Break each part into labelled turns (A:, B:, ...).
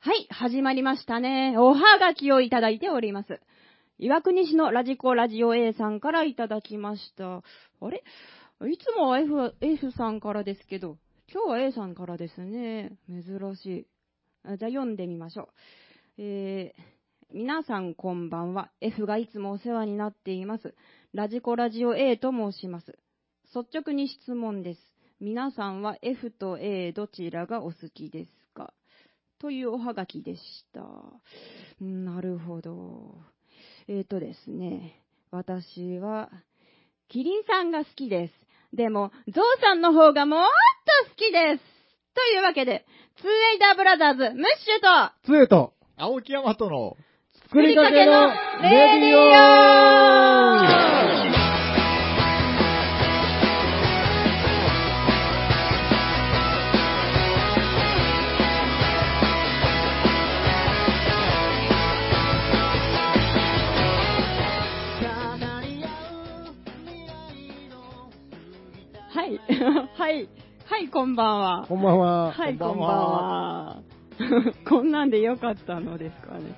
A: はい、始まりましたね。おはがきをいただいております。岩国市のラジコラジオ A さんからいただきました。あれいつもは F, F さんからですけど、今日は A さんからですね。珍しい。あじゃあ読んでみましょう。えー、皆さんこんばんは。F がいつもお世話になっています。ラジコラジオ A と申します。率直に質問です。皆さんは F と A どちらがお好きですかというおはがきでした。なるほど。えっ、ー、とですね、私は、キリンさんが好きです。でも、ゾウさんの方がもっと好きです。というわけで、ツーエイダーブラザーズ、ムッシュ
B: と、ツーと、
C: 青木大和の、
A: 作りかけのレディオはい。はい。はい、こんばんは。
B: こんばんは。
A: はい、こんばんは。 こんなんでよかったのですかね。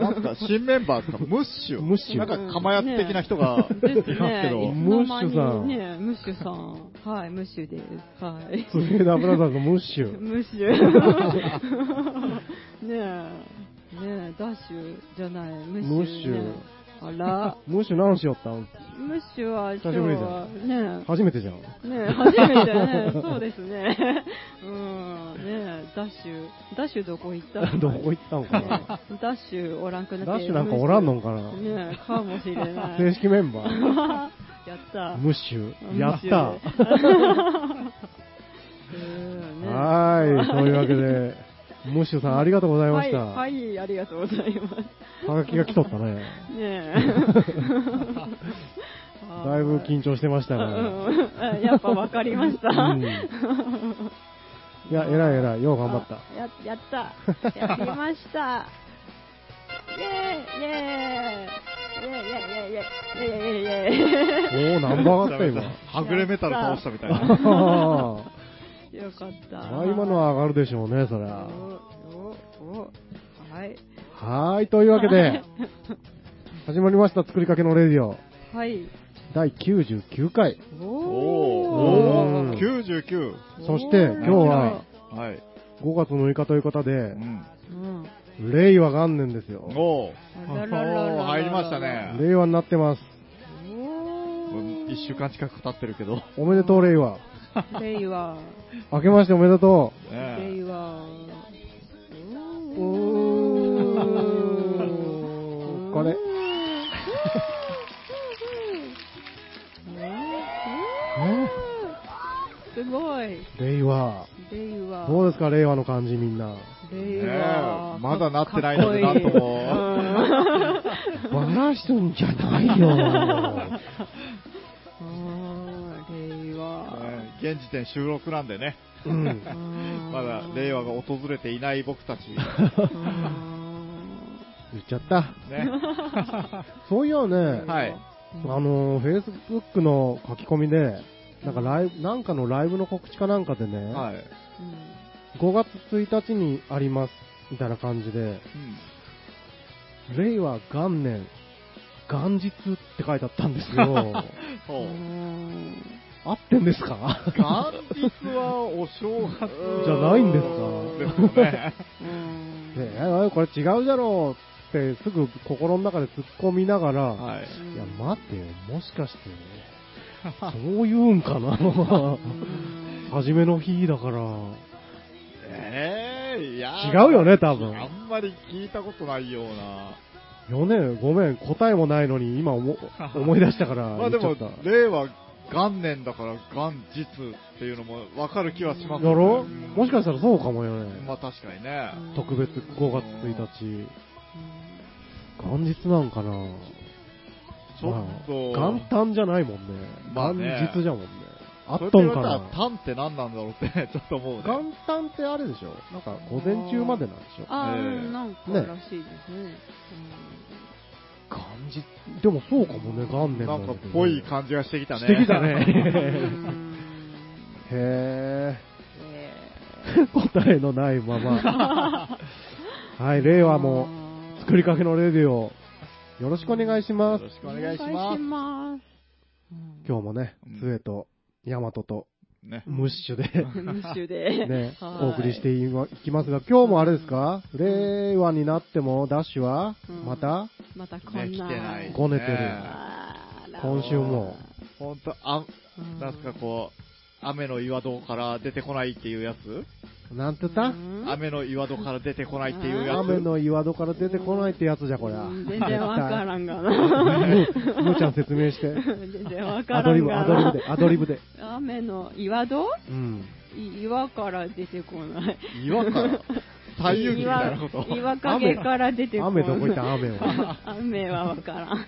C: なんか新メンバーか、ムッシュ。
B: ムッシュ。
C: なんか、かまやつ的な人がいますけど。
A: ムッシュさん。ね、ムッシュさん。はい、ムッシュです。はい。
B: スレーダーブラザーズムッシュ。
A: ムッシ ュ。ねえ。ねえ、ダッシュじゃない、ムッシュ。
B: ムッシュ。
A: あら。
B: ムッシュ何しよったん
A: ムッシュは
B: 久しぶりじゃん。ね初めてじゃん。
A: ね初めてね。そうです ね。うん。ねダッシュ。ダッシュどこ行った
B: どこ行ったのか な。
A: ダッシュおらんくな
B: ダッシュなんかおらんのかな。
A: ねかもしれない。
B: 正式メンバ
A: ー。やった。
B: ムッシュ。やった。はい。というわけで。ムッシュさん、ありがとうございました。。
A: はい、はい、ありがとうございます
B: はがきが来とったね。ね
A: え。
B: だいぶ緊張してました
A: ね。やっぱ分かりました。うん、い
B: や、えらいえらい。よう頑張った。
A: や、やった。やりました。イェーイイェーイイェーイイェーイイェーイイェーイイェーイイェーイイェーイ
B: おー、ナンバーがあった 今。
C: はぐれメタル倒したみたいな。
A: よかった。
B: 今のは上がるでしょうね、そりゃ。
A: はい。
B: はい、というわけで、始まりました、作りかけのレディオ。
A: はい。
B: 第99回。
A: お
C: おー。99。
B: そして、今日は、
C: はい。
B: 5月6日ということで、
C: うん。
B: 令和元年ですよ。
C: おー。入りましたね。
B: 令和になってます。
C: 1週間近く経ってるけど。
B: おめでとう、令和。
A: 令和。
B: 明けましておめでと
A: う。令和。
B: これ。
A: すごい。
B: 令和。
A: 令和。
B: どうですか、令和の感じみんな。
A: 令和。
C: まだなってないので、なんとも。
B: バラしとんじゃないよ。
C: 現時点収録なんでね、
B: うん、
C: まだ令和が訪れていない僕たち。
B: 言っちゃった。
C: ね、
B: そういやね、
C: はい、
B: あの、Facebook の書き込みで、なんかライブ、なんかのライブの告知かなんかでね、
C: はい、
B: 5月1日にあります、みたいな感じで、うん、令和元年、元日って書いてあったんです よ。合ってんですか
C: 元日はお正月
B: じゃないんです
C: か
B: ですねねこれ違うじゃろうってすぐ心の中で突っ込みながら、
C: はい、
B: いや待てよもし かしてそういうんかな初めの日だから
C: ええー、いや
B: 違うよね多分
C: あんまり聞いたことないような
B: 4年ごめん答えもないのに今 思思い出したから
C: まあでも令和元年だから元日っていうのも分かる気はしますね。だ
B: ろもしかしたらそうかもよね。
C: まあ確かにね。
B: 特別5月1日。元日なんかな
C: ちょっと、
B: まあ、元旦じゃないもんね。
C: まあね
B: 元日じゃもんね。あっとんかな。
C: 旦って何なんだろうって ちょっと思うね。
B: 元旦ってあれでしょなんか午前中までなんでしょ
A: ああ、なんからしいですね。ね
B: 感じ、でもそうかもね、元年
C: なんかっぽい感じがしてきたね。
B: してきた ね。 へえ。答えのないまま。はい、令和も作りかけのレディオ、よろしくお願いしま
C: よ
B: す。
C: ろしくお願いします。
A: ます。
B: 今日もね
C: うん、
B: 杖と、ヤマトと、
C: ね。
B: ムッシ ュで、
A: 無臭で。
B: ね、
A: はい
B: お送りしていまいきますが、今日もあれですか、令和になっても、ダッシュは
A: う、ん
B: また、
A: またこ
C: ね、
A: ん
C: 来て
A: な。
C: ない。
B: こねてる
C: ね
A: あら
B: 今週も。
C: ほんと、あ、
A: うん
C: なんすかこう、雨の岩戸から出てこないっていうやつ
B: なんてた
A: うん
C: 雨の岩戸から出てこないっていうやつ
B: 雨の岩戸から出てこないってやつじゃ、こりゃ。
A: うん全然わからんがな。
B: 絶 対。むむーちゃん説明して。
A: 全然わか
B: ア
A: ら
B: ドリ
A: ん
B: ブ、
A: が
B: アド
A: な。
B: リブで、アドリブで。
A: 雨の岩戸
B: うん。
A: い岩から出てこない。
C: 岩から太陽みたいなこと
A: 岩岩陰から出てこな
B: 雨
A: い。
B: どこ行った雨は。
A: 雨はわからん。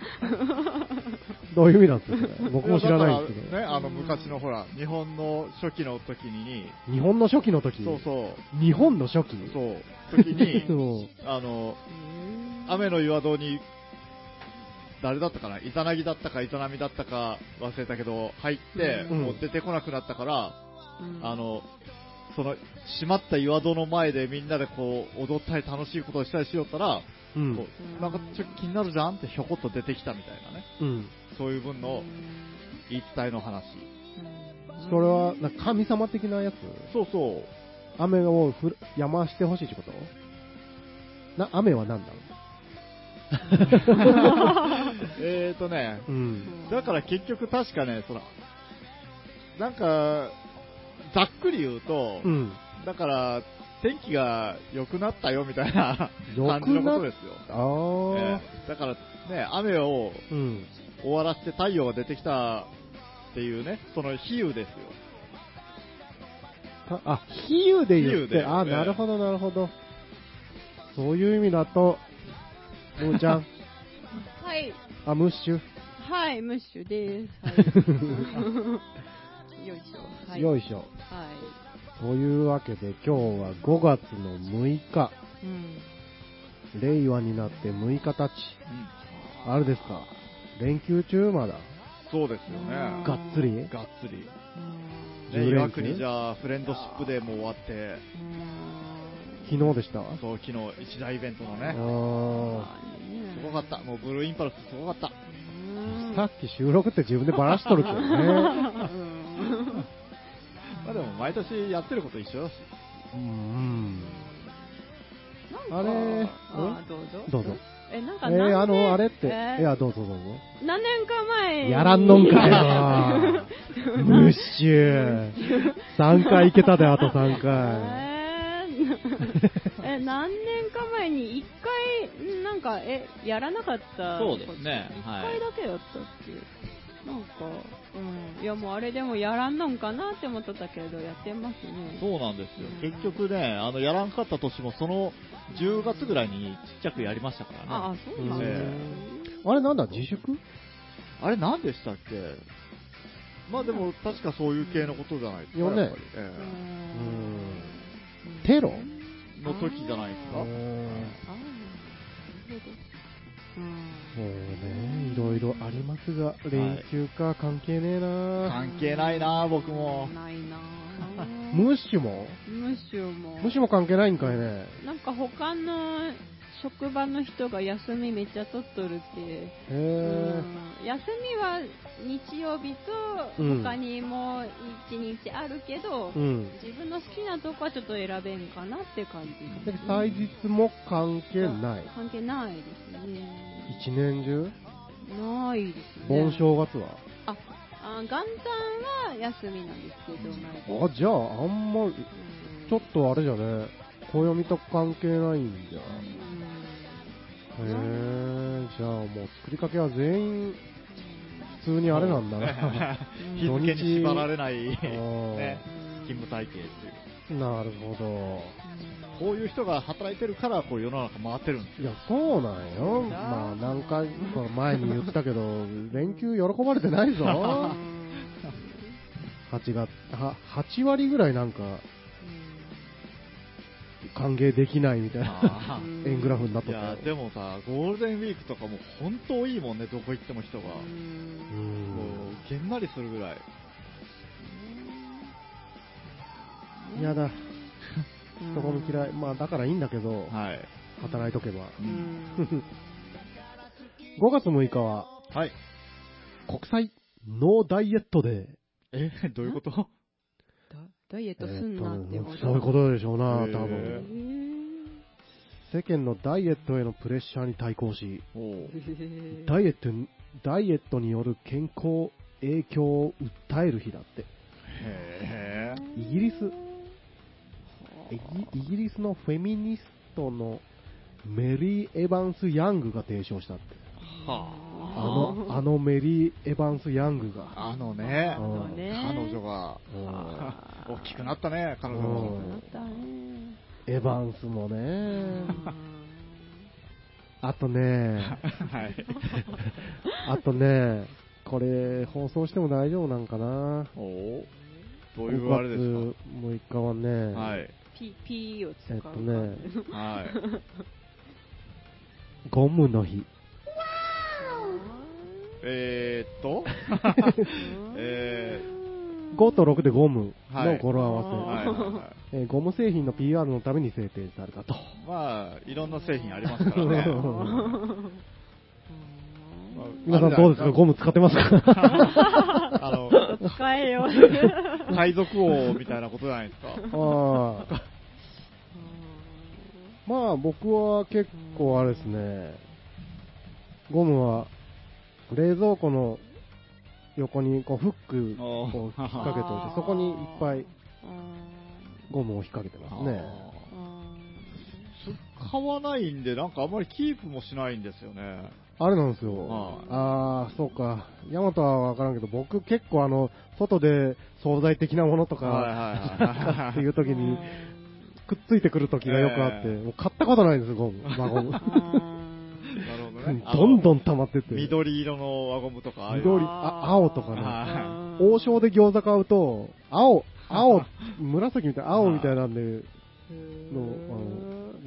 B: どういう意味なんですかそれ僕も知らないんです
C: や
B: け
C: だからね、あの昔のほら、日本の初期の時に、
B: ど。日本の初期の時。
C: そうそう、
B: 日本の初期。
C: そう、時 に、
B: そ
C: あの、雨の岩戸に、誰だったかな、イザナギだったか、イザナミだったか忘れたけど、入って、
B: うん
C: もう出てこなくなったから、
A: うん
C: あ、の、その、閉まった岩戸の前でみんなでこう、踊ったり楽しいことをしたりしよったら、
B: う。うん
C: こ。うなんかちょっと気になるじゃんってひょこっと出てきたみたいなね。
B: うん。
C: そういう分の言い伝えの話。
B: それは、なんか神様的なやつ
C: そうそう。
B: 雨をふるやましてほしいってことな、雨は何だ
C: えーとね、
B: うん。
C: だから結局確かね、その、なんか、ざっくり言うと、
B: うん。
C: だから、天気が良くなったよみたいな
B: 良くな
C: 感じのことですよ。
B: あー
C: え。えだからね、雨を
B: うん。
C: 終わらせて太陽が出てきたっていうね、その比喩ですよ。
B: たあ、比喩で言っ
C: 比喩で
B: て、あー、
C: ええ
B: なるほど、なるほど。そういう意味だと、むーちゃん、
A: はい、
B: あ、ムッシュ。
A: はい、ムッシュです。は い、よいしょ。はい。
B: よい
A: し
B: しょ。
A: ょ。は
B: というわけで今日は5月の6日、
A: い。うん。
B: 令和になって6日経ち。
C: うん
B: あれですか、連休中まだ。
C: そうですよね。
B: がっつり
C: がっつり。
B: 10連
C: ね、
B: 休
C: 岩国じゃフレンドシップデーも終わって、
B: 昨日でした。
C: そう、昨日一大イベント
B: あ
C: のね、
B: ー
C: すごかった。もうブルーインパルスすごかった。
B: さっき収録って自分でバラしとるけどね。
C: まあでも毎年やってること一緒だし。
B: うん。あ
A: あ
B: れ
A: れ
B: う
A: あ
B: ん
A: どうぞ
B: どうぞ。
A: えなん
B: え
A: か何年
B: ー、あの、あれって、
A: えー
B: いや、どうぞどうぞ。
A: 何年か前に
B: やらんのんかいなムッシュ。3回いけたで、あと3回。
A: えーえ何年か前に一回なんかえやらなかった
D: そうですね
A: 一
D: はい
A: 回だけやったっていう、なんか、うん、いやもうあれでもやらんのんかなって思っとったけどやってますね
C: そうなんですよ。結局ね、あの、やらんかった年もその10月ぐらいにちっちゃくやりましたからね。
A: ああ
C: あ
A: そうなんだ、
B: え
A: う
B: あれなんだ、自粛
C: れ何でしたっけまあでも確かそういう系のことじゃないですか。
B: よね
C: やっぱりえ
A: ん
B: うんテロ
C: えの時じゃないですか。
B: うん
A: ああなるほど
B: もうね、いろいろありますが、連休か関係ねえな、
C: 関係ないな僕も
A: うん。ないなあ
B: ムッシュも
A: むしろも
B: ムッシュも関係ないんかいね。
A: なんか他の職場の人が休みめっちゃ取っとるって、
B: へ
A: う
B: え。
A: ん休みは日曜日と
B: うん
A: 他にも一日あるけど、
B: うん。
A: 自分の好きなとこはちょっと選べんかなって感じ
B: で、祭日も関係ない。
A: 関係ないですね
B: 一年中
A: ないですね
B: 盆正月は、
A: ああ元旦は休みなんですけど毎日
B: あ、じゃあ、あんま、
A: うん
B: ちょっとあれじゃね、暦と関係ないんじゃ。へえ、じゃあもう作りかけは全員、普通にあれな んだな。
C: 日付に縛られない、
B: 土日
C: ね
A: うん、
C: 勤務体系っていう。
B: なるほど。
A: うん
C: こういう人が働いてるから、こう世の中回ってるんです
B: い
C: よ。
B: や、そうなんよ。
A: そうだ
B: まあ、何回か前に言ったけど、連休喜ばれ てないぞ。8月、は、8割ぐらいなんか、歓迎できないみたいな、
C: あ ー
B: 円グラフになっ
C: い
B: とった
C: や
B: よ。
C: でもさ、ゴールデンウィークとかも本当いいもんね、どこ行っても人が、も
B: う。
C: うんげんなりするぐらい、
B: 嫌だ。人混み嫌い。まあ、だからいいんだけど、
C: はい、
B: 働いとけば。
A: うん
B: 5月6日は、
C: はい。
B: 国際ノーダイエットデー。
C: え、どういうこと
A: ダダイエットすんなって
B: えー
A: こ
B: と
A: と。
B: そういうことでしょうな、
C: へー
B: 多
A: へ
B: 分。
A: ー
B: 世間のダイエットへのプレッシャーに対抗し、
C: おお。
A: へー
B: ダイエットに、ダイエットによる健康影響を訴える日だって。
C: へえ。
B: イギリス、イギイギリスのフェミニストのメリー・エヴァンス・ヤングが提唱したって。
C: は
B: あの、あのメリー・エヴァンス・ヤングが。
C: あ。あのね、
A: あのね
C: 彼女が、
B: うん
A: あー
C: 大きくなったね、彼女も
B: う。ん
A: なったね。
B: エヴァンスも ね。
A: あ
B: あとね、
C: はい。
B: あとね、これ、放送しても大丈夫なんかな。
C: おお。どういうあれです
B: 5月6日はね、
C: かはい。
A: ー P, P を使
B: え
A: う
B: っ
A: か
B: とね、
C: はい。
B: ゴムの日。
C: えーっと、 え
B: 5と6でゴム
C: は
B: の
C: い
B: 語呂合わせ、
C: ー、はいはいはい。
B: えーゴム製品の PR のために制定されたと。
C: まあ、いろんな製品ありますからね。まあ
B: 皆さんどうですかゴム使ってますか
C: あの、
A: 使えよ。
C: 海賊王みたいなことじゃないですか。
B: ああまあ僕は結構あれですね、ゴムは冷蔵庫の横にこうフックを引っ掛けておいて、そこにいっぱいゴムを引っ掛けてますね。
C: あー買わないんで、なんかあんまりキープもしないんですよね。
B: あれなんですよ。
C: はい
B: ああ、そうか。ヤマトはわからんけど、僕結構あの、外で惣菜的なものと
C: はい
B: か、
C: はいはい。
B: っていう時に、くっついてくる時がよくあって、
C: ええ
B: もう買ったことないんですよ、ゴム。輪ゴム。
C: なるほどね。
B: どんど
C: ん。
B: ん溜まってって。
C: 緑色の輪ゴムとかああいう、
B: 緑あ青とかね
C: は
B: 王将で餃子買うと、青、 青、紫みたいな、青みたいなんで、の、あの、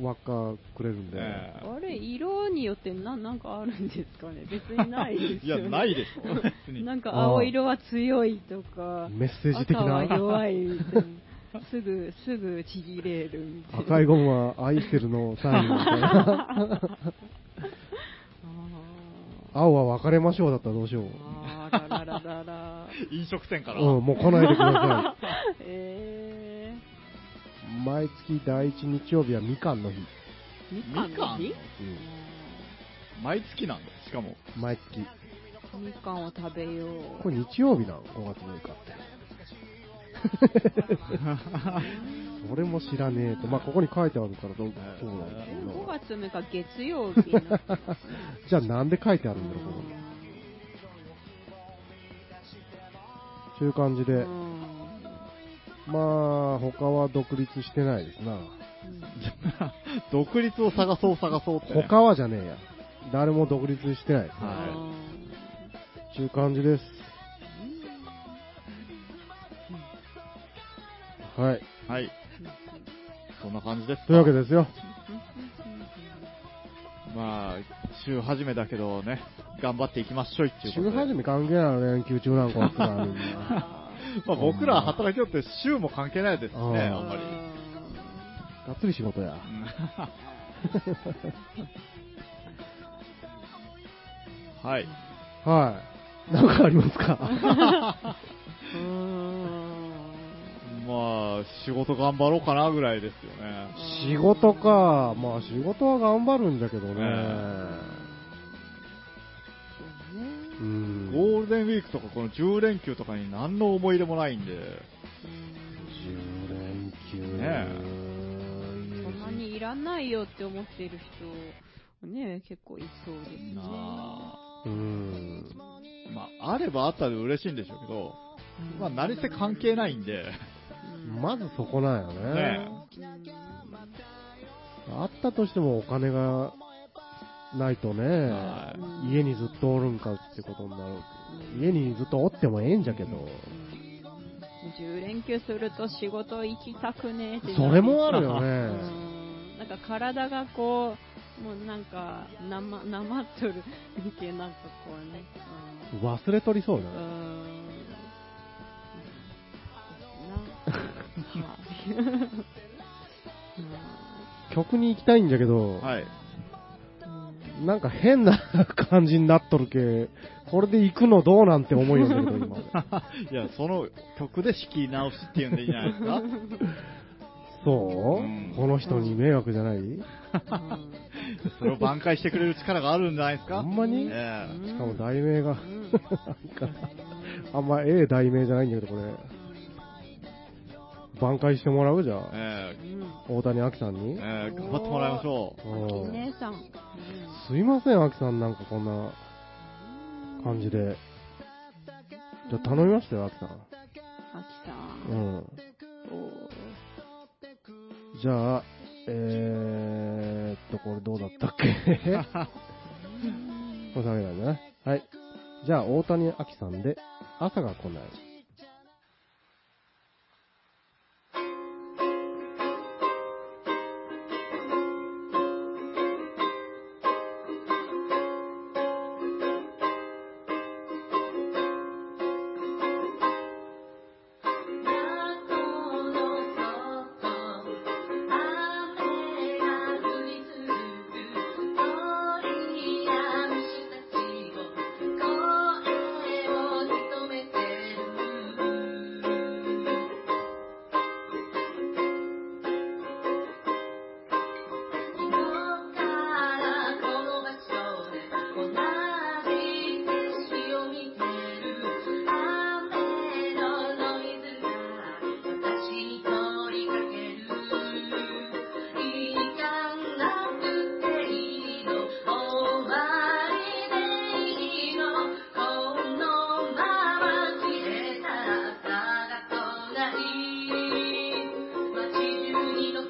B: 輪っかくれるんで。
C: え
A: あれ、色によってななんかあるんですかね別にないです
C: えい や、
A: よね。
C: ないでしょ。別に。
A: なんか青色は強いとか、
B: メッセージ的
A: 赤は
B: な。
A: 弱いみたいな、すぐ、すぐちぎれるみたいな。
B: 赤いゴムは愛してるのサインみたい な。
A: あ
B: 青は別れましょうだったらどうしよう。
A: ーあららららら。
C: 飲食店から。
B: うん、もう来ないでくださ
A: え
B: い。毎月第一日曜日はみかんの日。
A: ー、みかん
C: みか
A: の
C: ん
A: 日
B: うん
C: 毎月なんだ、しかも。
B: 毎月。
A: みかんを食べよう。
B: これ日曜日なの ?5 月6日って。 それも知らねえと。まあ、ここに書いてあるからどう、どうなんだろ
A: 5
B: うな。
A: 月6日月曜日の。
B: じゃあなんで書いてあるんだろう、ここに。という感じ
A: う
B: で、
A: ん
B: まあ、他は独立してないですな。
C: 独立を探そう探そうって。
B: 他はじゃねえや。誰も独立してないですね。
C: はい
B: という感じです。はい。
C: はい。そんな感じですか。
B: というわけですよ。
C: まあ、週始めだけどね、頑張っていきましょうっていうこと
B: 週
C: で。
B: 始め関係ないのね、休中なんかはってのはみんな
C: まあ僕ら働きよって週も関係ないですしね、
B: あ
C: あ
B: ー
C: んまり。
B: がっつり仕事や。
C: うん はい。
B: はい。なんかありますか
C: まあ、仕事頑張ろうかなぐらいですよね。
B: 仕事か。まあ仕事は頑張るんだけどね。うん。
C: ゴールデンウィークとかこの10連休とかに何の思い入れもないんで、
B: 10連休
C: ね
A: そんなにいらないよって思っている人、ね、結構いそうですね。
C: なあ
B: うん。
C: まあ、あればあったで嬉しいんでしょうけど、まあ、何せ関係ないんで、
B: まずそこなんよね。
C: ね
B: あったとしてもお金がないとね、
C: は
B: 家にずっとおるんかってことになるわけ家にずっとおってもええんじゃけど、
A: 10連休すると仕事行きたくねえってなる
B: それもあるよ
A: う
B: ね。
A: んなんか体がこう、もうなんか、なま、なまっとるけ、なんかこうね。
B: 忘れとりそうだ
A: うん。うん。
B: ね。
A: ですな。はい。
B: 曲に行きたいんじゃけど、
C: はい。
B: なんか変な感じになっとるけ、これで行くのどうなんて思いよんだけど、今。
C: いや、その曲で仕切り直しっていうんでいいんじゃないで すか
B: そう、
C: うん
B: この人に迷惑じゃない
C: それを挽回してくれる力があるんじゃないです
B: ほ
C: か
B: んまに、
C: ええ
B: しかも題名が、
A: ん
B: なんか、あんまええ題名じゃないんだけど、これ。挽回してもらうじゃあ、
C: ええ
B: 大谷亜紀さんに。
C: ええ頑張ってもらいましょう。
B: うん
A: お姉さん。うん
B: すいません、アキさんなんかこんな感じで。じゃあ頼みましたよ、アキさん。
A: あきさ。
B: うんん。
A: お
B: じゃあ、えーっと、これどうだったっけこれダメなんだな。はい。じゃあ、大谷アキさんで、朝が来ない。
D: 学校の外雨が降り続く鳥や虫たちを声を潜めてる「昨日からこの場所で同じ景色を見てる」「雨のノイズが私に通りかける」「いかなくていいの終わりでいいの」「このまま消えたら朝が来ない」「街中に残る」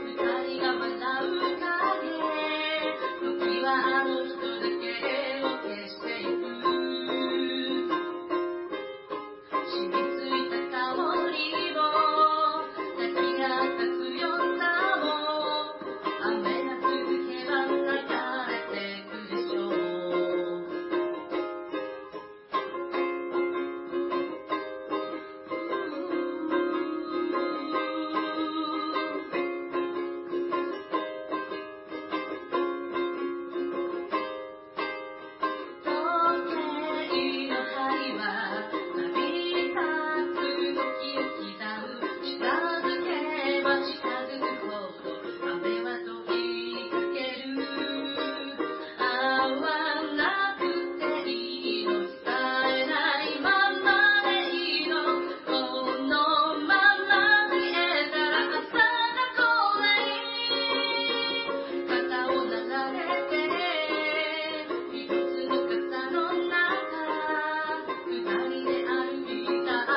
D: 二人が笑う影時はあの人だけを消していく染みついた香りも抱き合った強さも雨が続けば流れてくでしょう時計の針は旅立つの時を刻む近づけば近づくほど雨は飛びかける会わなくていいの伝えないままでいいのこのまま消えたら朝が来ない肩を並べて一つの傘の中二人で歩いたあ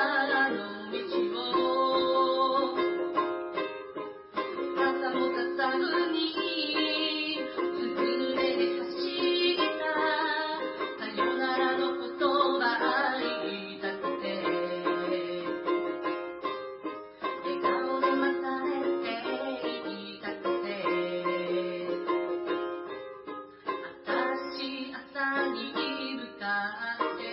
D: の道を傘も傘ぐにずくめで走ったさよならの言葉言いたくて笑顔でまた会えていたくて私朝に向かって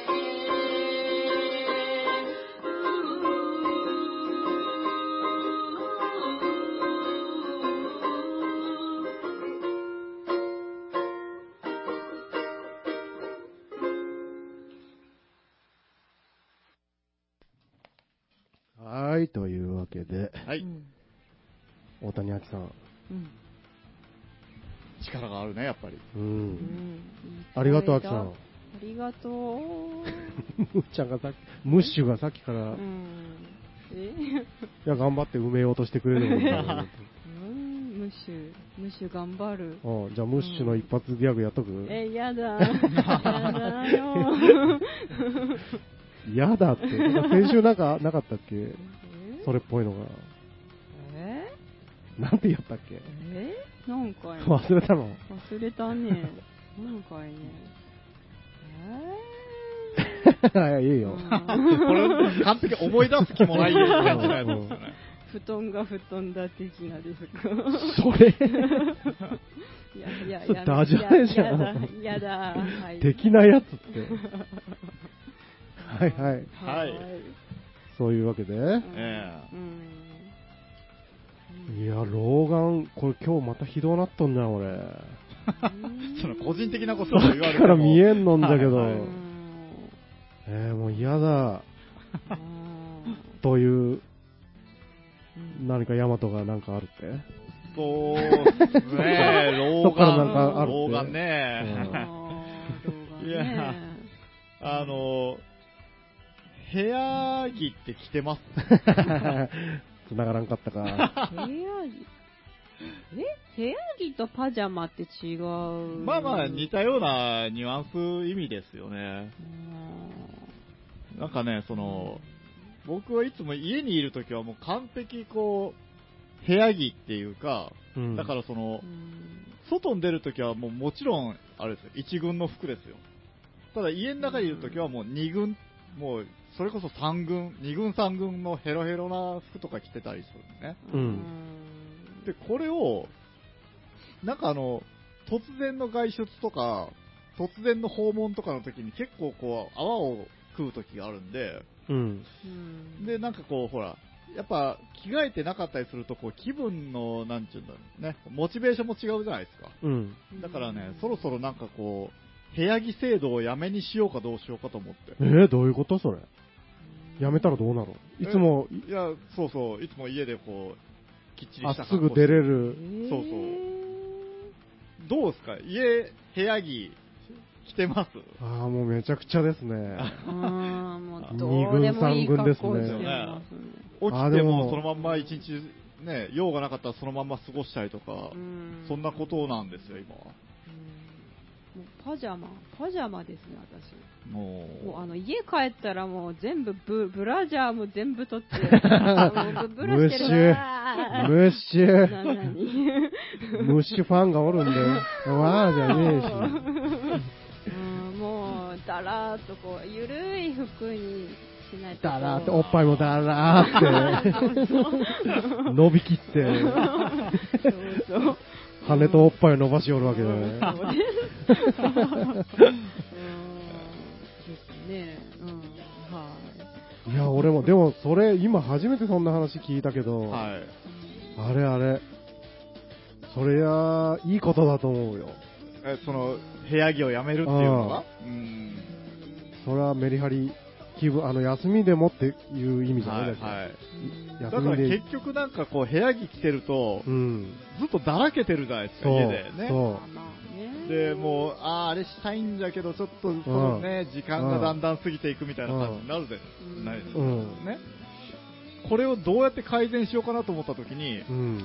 B: はーい、というわけで、
C: は。
A: はい
B: 大谷アキさん。
A: うん。
C: 力があるね、やっぱ り。
B: う。
A: うんん
B: ありがとう、アキさ
A: あ
B: ん。
A: りがとう。
B: むっちゃんがさっき、ムッシュがさっきから、
A: う
B: い
A: ん。え
B: や、頑張って埋めようとしてくれる のに
A: うん、ムッシュ、ムッシュ頑張る。
B: うんじゃあ、ムッシュの一発ギャグやっとく
A: え、やだ。やだよ。
B: やだって。なんか先週なんかなかったっけ
A: え
B: それっぽいのが。
A: え
B: なんてやったっけ
A: え何回も
B: 忘れたの
A: 忘れたね。何回ね。
B: いやいい
A: え
B: よ。
C: これ、完璧に思い出す気もないような感じのやつですよね。
A: 布団が布団だ的なです か。
B: それ、
A: いやいや
B: そ
A: い
B: れ
A: や。
B: ダジャレじゃん
A: やだ。やだ。はい。
B: できないやつって。はいはい。
C: はい
A: はい
B: そういうわけで、
A: うん
C: ええ
A: うん。
B: いや、老眼、これ今日またひどなっとんじゃん、俺。
C: その個人的なことを言われて
B: だから見えんのんだけど
C: はいうはい
A: ん
B: えー、もう嫌だ。
A: あー
B: という、
A: うん
B: 何かヤマトがなんかあるって。
C: そうですね、
B: そ
C: 老
B: っからなん
C: 眼、
B: かあるって
C: 老眼ね、
A: あー動画ね
C: いやあの、部屋着って着てます
B: 繋がらんかったか。
A: 部屋着、え部屋着とパジャマって違う。
C: まあまあ似たようなニュアンス意味ですよね。なんかね、その、僕はいつも家にいるときはもう完璧こう、部屋着っていうか、
B: うん
C: だからその
A: う、ん
C: 外に出るときはもうもちろん、あれですよ、一軍の服ですよ。ただ家の中にいるときはもう二軍、もうそれこそ三軍、二軍三軍のヘロヘロな服とか着てたりするんですね。
B: うん
C: で、これを、なんかあの、突然の外出とか、突然の訪問とかの時に結構こう、泡を食う時があるんで、
B: うん。
A: うん
C: で、なんかこう、ほら、やっぱ着替えてなかったりすると、こう、気分の、なんちゅうんだろうね、モチベーションも違うじゃないですか。
B: うん。
C: だからね、そろそろなんかこう、部屋着制度をやめにしようかどうしようかと思って。
B: えー、どういうことそれ。やめたらどうなのいつも、
C: いや、そうそう、いつも家でこう、きっちり
B: あ
C: した
B: っす
C: 格
B: ぐ
C: 好して
B: 出れる。
C: そうそうどうですか家、部屋着、着てます
B: ああ、もうめちゃくちゃですね。
A: うーん、もうどうでもいい格好してますね。
C: 起
B: あ
C: き
B: で
C: て
B: も
C: もそのまんま一日、ね、用がなかったらそのまんま過ごしたりとか、
A: うん
C: そんなことなんですよ、今。
A: うんもうパジャマ、パジャマですね、
C: も
A: 私。
C: う
A: もうあの家帰ったらもう全部ブブラジャーも全部取 って、もうブラしてるわー
B: ムッシュ、
A: ななに
B: ムッシュファンがおるんで、わーじゃねえし。
A: うんもう、だらーっとこう、ゆるい服にしないと。
B: だらーって、
A: こ
B: おっぱいもだらーって、伸びきって、
A: うそうそう。
B: 羽とおっぱいを伸ばしおる わけだね。
A: うんねうん、はい
B: や、俺も、でもそれ、今初めてそんな話聞いたけど、
C: はい。
B: あれあれ、それや、いいことだと思うよ。
C: えその、部屋着をやめるっていうのがうん。
B: それはメリハリ、気分、あの、休みでもっていう意味じゃ
C: は
B: ない
C: い、
B: だけど
C: はい。だ
B: 休
C: か
B: み
C: ら
B: で。
C: 結局なんかこう、部屋着着てると、
B: うん。
C: ずっとだらけてるじゃないですか、
B: そう
C: 家でね。
A: い。
B: そ
A: まあまあね
C: で、もう、ああ、あれしたいんだけど、ちょっと、そのね、時間がだんだん過ぎていくみたいな感じになるで、
A: うん
C: ないです
B: う。
C: か
B: うん。
C: ね。これをどうやって改善しようかなと思ったときに、
B: うん。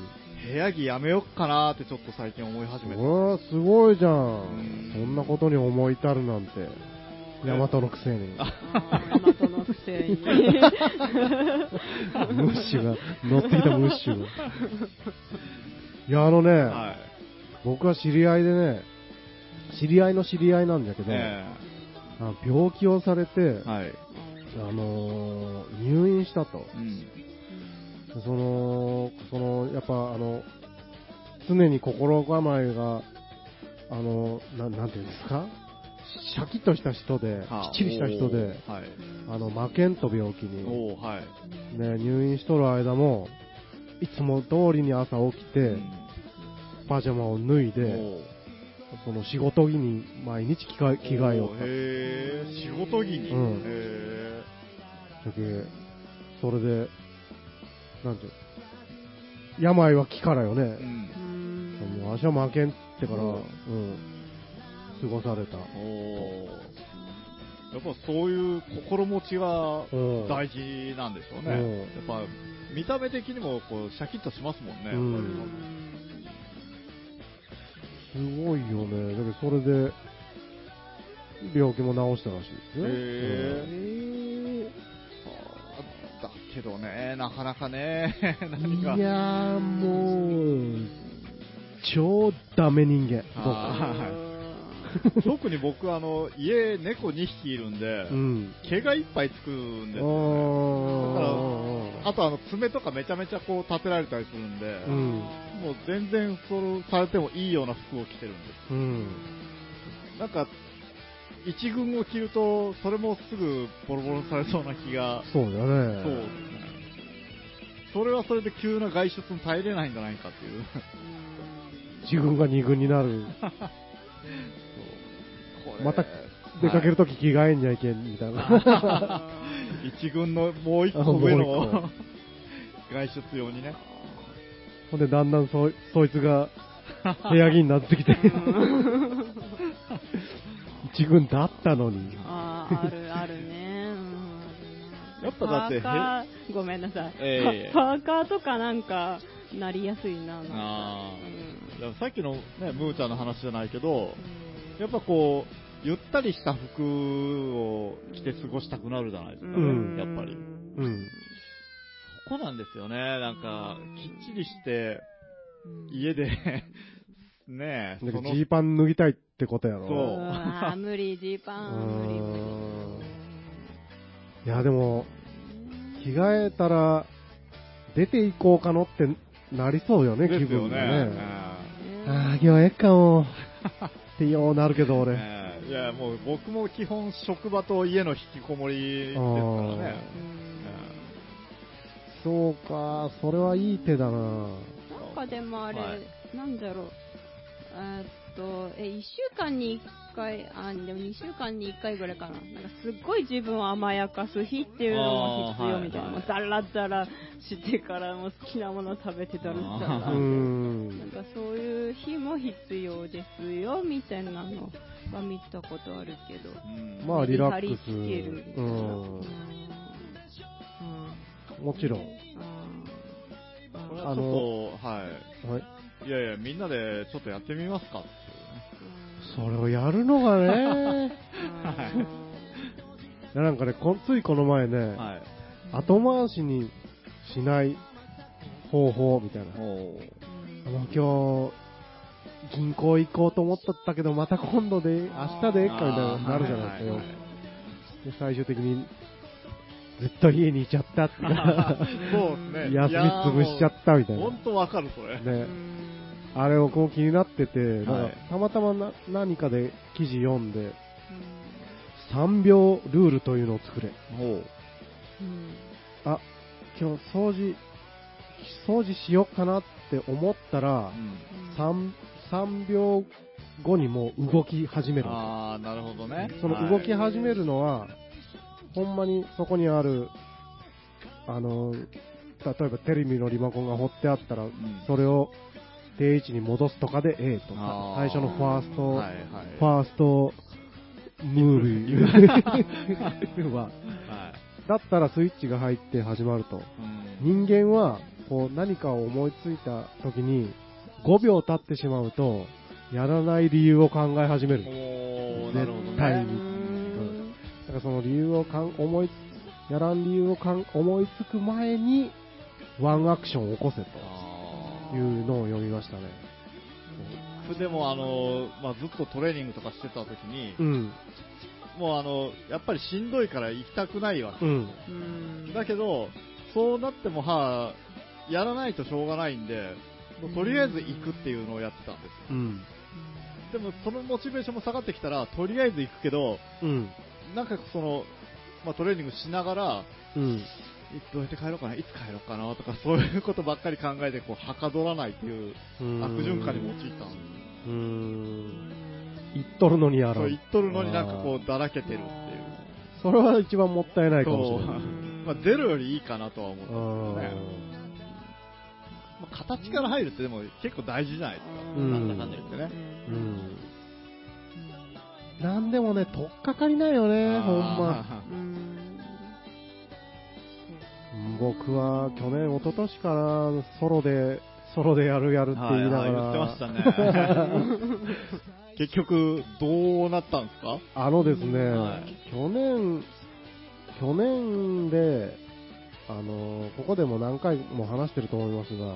C: 部屋着やめよっかなーってちょっと最近思い始めて。
B: おーすごいじゃ
C: ん
B: ん。そんなことに思い至るなんて。ヤマトのくせに。
A: あー大和のくせに。
B: ムッシュが、乗ってきたムッ シュが。いや、あのね、
C: はい。
B: 僕は知り合いでね、知り合いの知り合いなんだけど、
C: え
B: あの病気をされて、
C: えはい。
B: あのー入院したと。
C: うん。
B: その、その、やっぱあの、常に心構えが、あの、ななんていうんですかシャキッとした人で、
C: はあ
B: きっちりした人で、
C: おーはい。
B: あの、負けんと病気に、
C: おーはい。
B: ね、入院しとる間も、いつも通りに朝起きて、パジャマを脱い
C: うん
B: で、
C: おー
B: その仕事着に毎日着替え着替えよ
C: お
B: っ
C: ー
B: たっ
C: へえ、仕事着に。
B: うん
C: へ
B: たけそれで、なんていう病は気からよね。
C: え。うん
A: う。ん
B: もう足は負けんってから、
C: うん
B: うん、過ごされた。
C: おーやっぱそういう心持ちが
B: うん
C: 大事なんでしょうね。
B: うん
C: やっぱ見た目的にもこうシャキッとしますもんね。
B: うん
C: やっぱり
B: すごいよね。だけど、それで、病気も治したらしいです
C: へ
B: よ。
C: え
B: うん
C: だけどね、なかなかね、 何か。
B: いやー、もう、超ダメ人間。
C: あ特に僕、あの、家、猫2匹いるんで、
B: 僕うん。
C: 毛がいっぱいつくんで
B: あ
C: すよね。
B: ー
C: あと、あの、爪とかめちゃめちゃこう立てられたりするんで、
B: うん
C: もう全然それされてもいいような服を着てるんで
B: うん。
C: す。なんか、一軍を着ると、それもすぐボロボロにされそうな気が、
B: そうだ
C: そう
B: ね。
C: それはそれで急な外出に耐えれないんじゃないかっていう。
B: 自分が二軍になる。 また出かけるとき着替えんじゃいけんみたいな。
C: 一軍のもう一個上
B: もう一
C: の 外出用にね。
B: ほんで、だんだんそそいつが部屋着になってきて、一軍だったのに。
A: あーあるあるね。うんあるな
C: やっぱだってへ
A: パーカーごめんなさい。
C: えいえいえ
A: パパーカーとかなんか、なりやすいな、なんか。
C: あ
A: うん
C: ーだからさっきの、ね、ムーちゃんの話じゃないけど、やっぱこう、ゆったりした服を着て過ごしたくなるじゃないですか、ね
B: うん
C: やっぱり。
B: うん。
C: そこなんですよね、なんか
A: うん、
C: きっちりして、家で、 ねえ、
B: だけ
C: そ
B: ど
C: の、
B: ジーパン脱ぎたいってことやろ。
C: そう
A: うわー無理、ジーパン、無理、無理。
B: いや、でも、着替えたら、出て行こうかのってなりそうよね、
C: で
B: 気
C: すよ
B: 分
C: ね
B: が
C: ね
B: ね。ああ、今日はええかも。ってようなるけど、
C: え。
B: 俺。
C: ねえいや、もう僕も基本職場と家の引きこもりですからね。
B: そうか、それはいい手だな。
A: なんかでもあれ、
C: はい
A: なんだろう。えーっと、え、1週間に1回、あ、でも2週間に1回ぐらいかな。なんかすっごい自分を甘やかす日っていうのが必要みたいな。
C: あーはい
A: もうザラザラしてからもう好きなもの食べてたらザ
B: う
A: ラ
B: ー
A: なん
B: ん。
A: かそういう日も必要ですよ、みたいなのは見たことあるけど。
C: うん
B: まあリラックス
A: メリハリつけるみたいな
B: うん
A: うん
B: もちろん。
A: うん
C: こ
A: うん
C: れはちょっと、は
B: はい。
C: い。いやいや、みんなでちょっとやってみますかっていうね
B: それをやるのが ね。
A: うん
B: いやなんかね、こついこの前ね、
C: はい。
B: 後回しにしない方法みたいな。
C: おー
B: あの、今日、銀行行こうと思っとったけど、また今度で、明日でええかみたい
C: あ
B: な
C: ー
B: なるじゃないですかよ。
C: はいはい
B: で最終的に、ずっと家にいちゃったって
C: そうですね。
B: 休み潰しちゃったみたいな。
C: 本当わかる、それ。
B: ね、あれをこう気になってて、なんか
C: はい
B: たまたまな何かで記事読んで、3秒ルールというのを作れ。
C: ほ
A: うん
B: あ、今日掃除、掃除しようかなって思ったら、3, 3秒後にもう動き始めるんですよ
C: ああ、なるほどね。
B: その動き始めるのは、ほんまにそこにある、あの、例えばテレビのリモコンが掘ってあったら、それを定位置に戻すとかでええとか
C: あ、ー
B: 最初のファースト、
C: はいはい
B: ファーストムービーは、
C: はい。
B: だったらスイッチが入って始まると。
C: うん
B: 人間は、こう何かを思いついた時に、5秒経ってしまうと、やらない理由を考え始める。
C: おー、なるほど
B: 絶対に。
C: ね。
B: うんだからその理由をかん思い、やらん理由をかん思いつく前に、ワンアクションを起こせ
C: あ
B: というのを読みましたね。
C: ー僕でもあの、まあ、ずっとトレーニングとかしてた時に
B: う、ん、
C: もうあの、やっぱりしんどいから行きたくないわけ。
B: うん、
A: うん
C: だけど、そうなっても、はあ、やらないとしょうがないんで、もうとりあえず行くっていうのをやってたんです
B: う
C: よ。
B: ん、
C: でも、そのモチベーションも下がってきたら、とりあえず行くけど、
B: うん、
C: なんかその、まあ、トレーニングしながら、
B: うん。
C: いつどうやって帰ろうかな、いつ帰ろうかなとか、そういうことばっかり考えて、こう、はかどらないっていう
B: うん
C: 悪循環に陥ったんで
B: うん。言っとるのにや
C: す。そ
B: ら
C: うん言っとるのになんかこ
B: あー
C: う、だらけてるっていう。
B: それは一番もったいないかもし
C: そ。
B: れないう
C: まあ、ゼロよりいいかなとは思った
B: うんん。
C: ですけどね。まあ、形から入るってでも結構大事じゃないですか。
B: うん
C: なんだかんだ言ってね。
B: うん。なんでもね、とっかかりないよね、ほんま。
C: あ
A: うんうん
B: 僕は去年、一昨年からソロで、ソロでやるやるっ
C: ー。
B: て
C: は
B: 言い
C: い、
B: な
C: は
B: が
C: い
B: ら、
C: 言ってましたね。 結局、どうなったんですか
B: あのですね、
C: はい
B: 去年、去年で、あの、ここでも何回も話してると思いますが、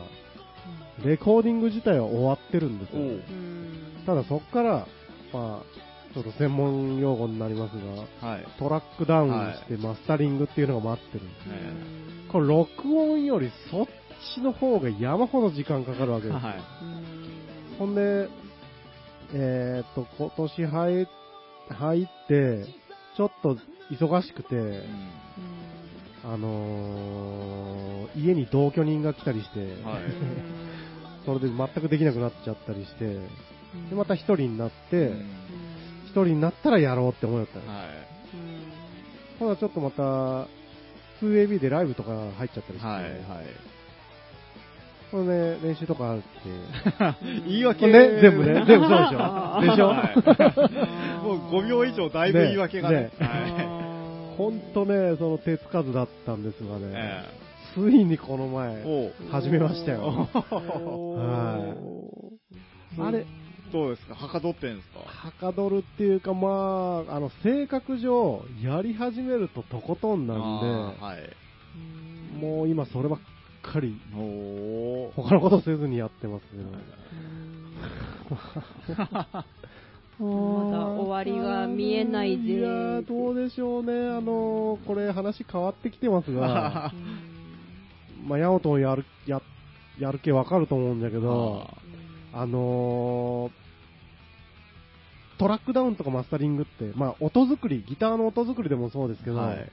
B: レコーディング自体は終わってるんですよ。
A: うん
B: ただそこから、まあ、ちょっと専門用語になりますが、
C: はい。
B: トラックダウンしてマスタリングっていうのが待ってる。
A: う
C: ね
A: ん
B: これ録音よりそっちの方が山ほど時間かかるわけですよ。
C: はい。
A: うん
B: ほんで、えーっと、今年入入って、ちょっと忙しくて、
C: うん
B: あのー、の家に同居人が来たりして、
C: はい
B: それで全くできなくなっちゃったりして、でまた一人になって、
C: うん
B: 一人になったらやろうって思いだったの、
C: はい
B: ただちょっとまた、2AB でライブとか入っちゃったりして、
C: はい
B: それで練習とかあって、
C: はい。言い訳
B: これね、全部ね、全部そうでし
A: あ
B: ょ。
A: ー
B: でしょ、
C: はいもう5秒以上だいぶ言い訳がね
B: ね。
C: はい
B: ほんとね、その手つかずだったんですがね、
C: え
B: ついにこの
C: え
B: 前、
C: おう
B: 始めました よ。
C: おう
B: はい。あれ、
C: どうですかはかどってんですか
B: はかどるっていうか、まあ、あの、性格上、やり始めるととことんなんで、
C: あーはい。
B: もう今そればっかり、
C: おおー。
B: 他のことせずにやってますけど、
A: まだ終わりが見えないぜ
B: いやーどうでしょうね、あのーこれ話変わってきてます が、まあ、ヤオトンやる、や、やる気わかると思うんだけど、あのートラックダウンとかマスタリングって、まあ、音作り、ギターの音作りでもそうですけど、
C: はい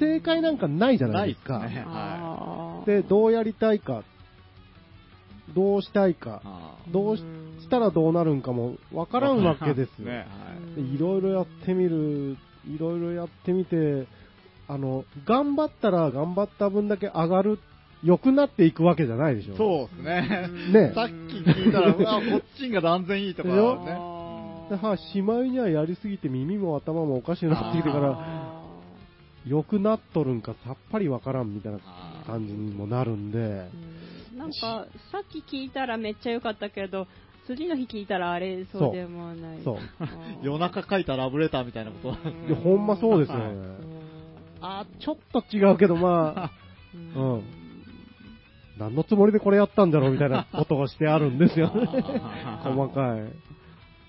B: 正解なんかないじゃないですか。
C: ないっすねは
B: で、どうやりたいか、どうしたいか、
C: あー
B: どうししたらどうなるんかもわからんわけですよ。
C: ね。
B: でいろいろやってみる、いろいろやってみて、あの、頑張ったら頑張った分だけ上がる、良くなっていくわけじゃないでしょ。
C: そうですね。
B: ね
C: さっき聞いたら、うわこっちが断然いいとかね
B: でしょ。 ではしまいにはやりすぎて耳も頭もおかしくなってきてから、良くなっとるんかさっぱりわからんみたいな
C: あー
B: 感じにもなるんで、
A: なんか、さっき聞いたらめっちゃ良かったけど、次の日聞いたらあれ、そうでもない。
B: そう。
A: あー
C: 夜中書いたラブレターみたいなこと。
B: いやほんまそうですよね。 あー、ちょっと違うけど、まあ、うん。何のつもりでこれやったんだろうみたい なことをしてあるんですよね。細かい。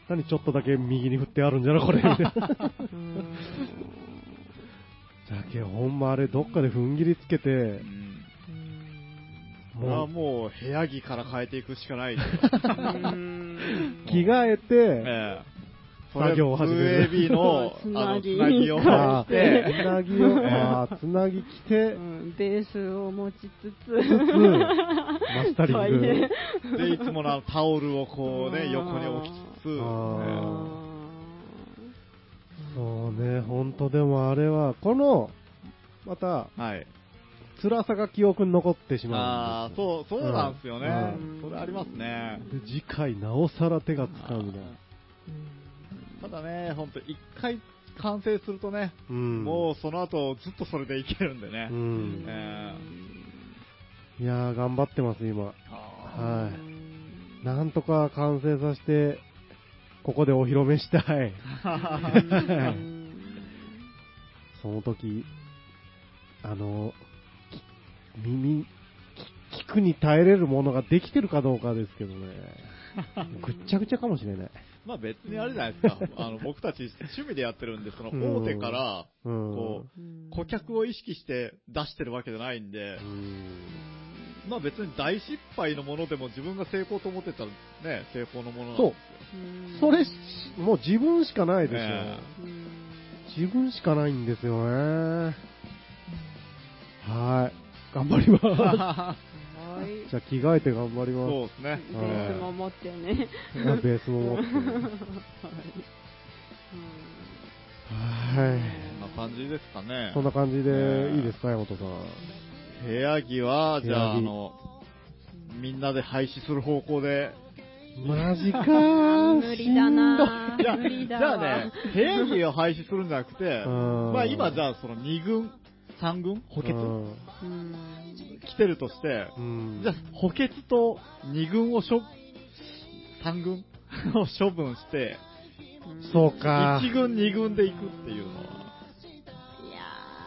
B: 何ちょっとだけ右に振ってあるんじゃなこ れみたいな。だけどほんまあれどっかで踏ん切りつけて
C: う、んこれ
B: も
C: は
B: う
C: もう部屋着から変えていくしかない。
B: 着替えて、
C: ええ
B: 作業を始める
C: 2AB の、
A: つ
C: あ
A: な
C: の、つ
A: ぎ
C: なぎを
B: あ
C: 張
B: あ、
C: っ
B: つ
C: て、
B: なぎを、ああ、つなぎ着て
A: う、んベースを持ちつつ、
B: うんマスタリング。
C: で、いつものあのタオルをこう
A: う
C: ね、
A: ん
C: 横に置きつつ、
B: あ
C: ね
B: そうね、ほんとでもあれは、この、また、
C: はい。
B: 辛さが記憶に残ってしまうん、
C: ああ
B: ですよ。
C: そう、そうなんですよね
B: う。
C: それありますね。
B: で次回、なおさら手がつかむな。
C: ただね、ほんと、一回完成するとね、
B: うん。
C: もうその後ずっとそれでいけるんでね
B: う。ん。
C: え
B: いやー、頑張ってます、今。
C: えあ
B: はい。なんとか完成させて、ここでお披露目したい。 その時、あの、き耳、き聞くに耐えれるものができてるかどうかですけどね。ぐっちゃぐちゃかもしれない。
C: まあ別にあれじゃない ですか。あの、僕たち趣味でやってるんで、その
B: うん
C: 大手から、
B: うん。
C: こう、顧客を意識して出してるわけじゃないんで
B: う、ん。
C: まあ別に大失敗のものでも自分が成功と思ってたらね、成功のものなんです
B: そう
C: よ。。
B: それし、もう自分しかないですよ。
C: え
B: 自分しかないんですよね。はい。頑張ります。
A: はい。
B: じゃあ着替えて頑張ります。
C: そうですね。
A: ベースも持ってね。
B: あベースも持って。はい。
C: こんな感じですかね
B: そ。んな感じ
C: え
B: で
C: え
B: いいですか、山本さん。
C: 部屋着は、じゃあ、
B: 部屋着
C: あの、みんなで廃止する方向で。
B: マジか
A: うん
B: ー。
A: 無理だな
C: じゃあ、
A: ぁ。無理
C: じ
A: だ
C: ゃ
A: わ
C: あね、部屋着を廃止するんじゃなくて、
B: うん
C: まあ今じゃあ、その2軍、3軍、補欠、
B: うん
A: うん
C: 来てるとして、
B: うん。
C: じゃあ補欠と2軍を処、3軍 を処分して、
B: そうか。
C: 1軍、2軍で行くっていうのは、
A: いや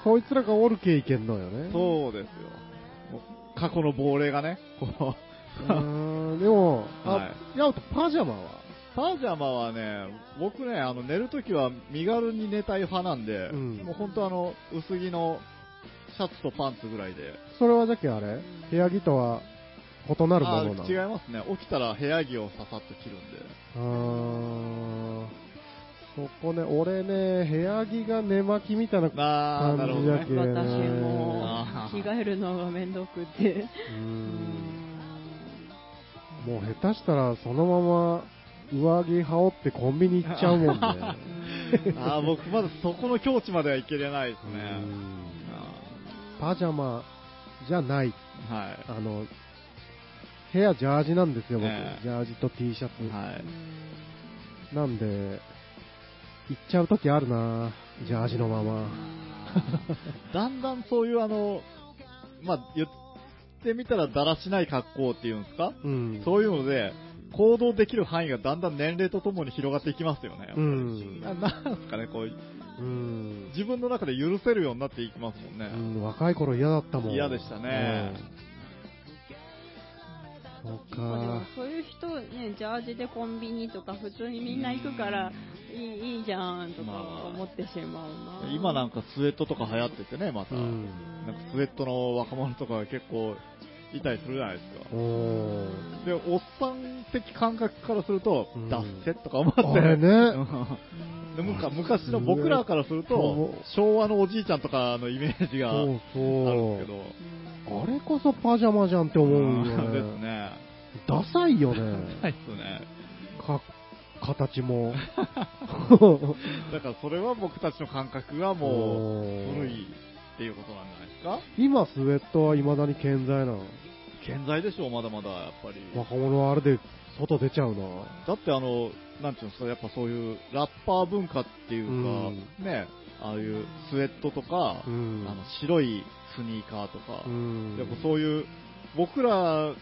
B: そいつらがおるけいけんのよね。
C: そうですよ。もう過去の亡霊がね、 こう、
B: うん。でも、あ、
C: は
B: ヤオトパジャマは
C: パジャマはね、僕ね、あの寝るときは身軽に寝たい派なんで、
B: うん
C: もう本当あの、薄着のシャツとパンツぐらいで。
B: それはじゃけあれ部屋着とは異なるものなの
C: あ違いますね。起きたら部屋着をささっと着るんで。
B: あーそこね、俺ね、部屋着が寝巻きみたいな
C: あーなる
B: 感
C: ほ
B: じ
C: どね
B: だけどね。
A: 私も
C: あ
A: 着
C: ー
A: 替えるのがめんどくて。
B: う
A: うー
B: ん。
A: ん
B: もう下手したらそのまま上着羽織ってコンビニ行っちゃう もんね。
C: あー僕まだそこの境地まではいけれないです
B: うん
C: ね。あ
B: パジャマじゃない。
C: ーはい。
B: あの、部屋ジャージなんですよ、僕。
C: ええ
B: ジャージと T シャツ。
C: はい。
B: なんで、行っちゃう時あるなジャージのまま。
C: だんだんそういうあの、まあ、言ってみたらだらしない格好っていうんですか、
B: うん。
C: そういうので、行動できる範囲がだんだん年齢とともに広がっていきますよね。
B: うん。
C: ななんですかね、こう、
B: うん。
C: 自分の中で許せるようになっていきますもん
B: う
C: ね。
B: ん、若い頃嫌だったもん。
C: 嫌でしたね。
A: まあ
B: うん。そう
A: でも
B: か。
A: そういう人、ね、ジャージでコンビニとか普通にみんな行くから、いいいいじゃんとか思ってしまうな。
C: 今なん
A: ん
C: かスウェットとか流行っててね、また。
B: うん。
C: なんかスウェットの若者とかが結構いたりするじゃないですか。
B: おー。
C: で、おっさん的感覚からすると
B: う、ん
C: ダッセとか思って。
B: あれね。
C: でむか昔の僕らからすると
B: そう、
C: 昭和のおじいちゃんとかのイメージがあるん
B: そう
C: です
B: そ
C: けど
B: う。。あれこそパジャマじゃんって思う よ
C: ん
B: ね。
C: ですね。
B: ダサいよ
C: ない
B: ね。
C: っすね。
B: か、形 も。
C: だからそれは僕たちの感覚がもう、
B: おー
C: 古いっていうことなんじゃないですか
B: 今スウェットは未だに健在なの。
C: 健在でしょう、まだまだ、やっぱり。
B: 若者はあれで外出ちゃうな。
C: だってあの、なんていうんですか、やっぱそういうラッパー文化っていうか、
B: う
C: ね、ああいうスウェットとか、
B: うん。
C: あの白いスニーカーとか、
B: うん。
C: やっぱそういう、僕ら、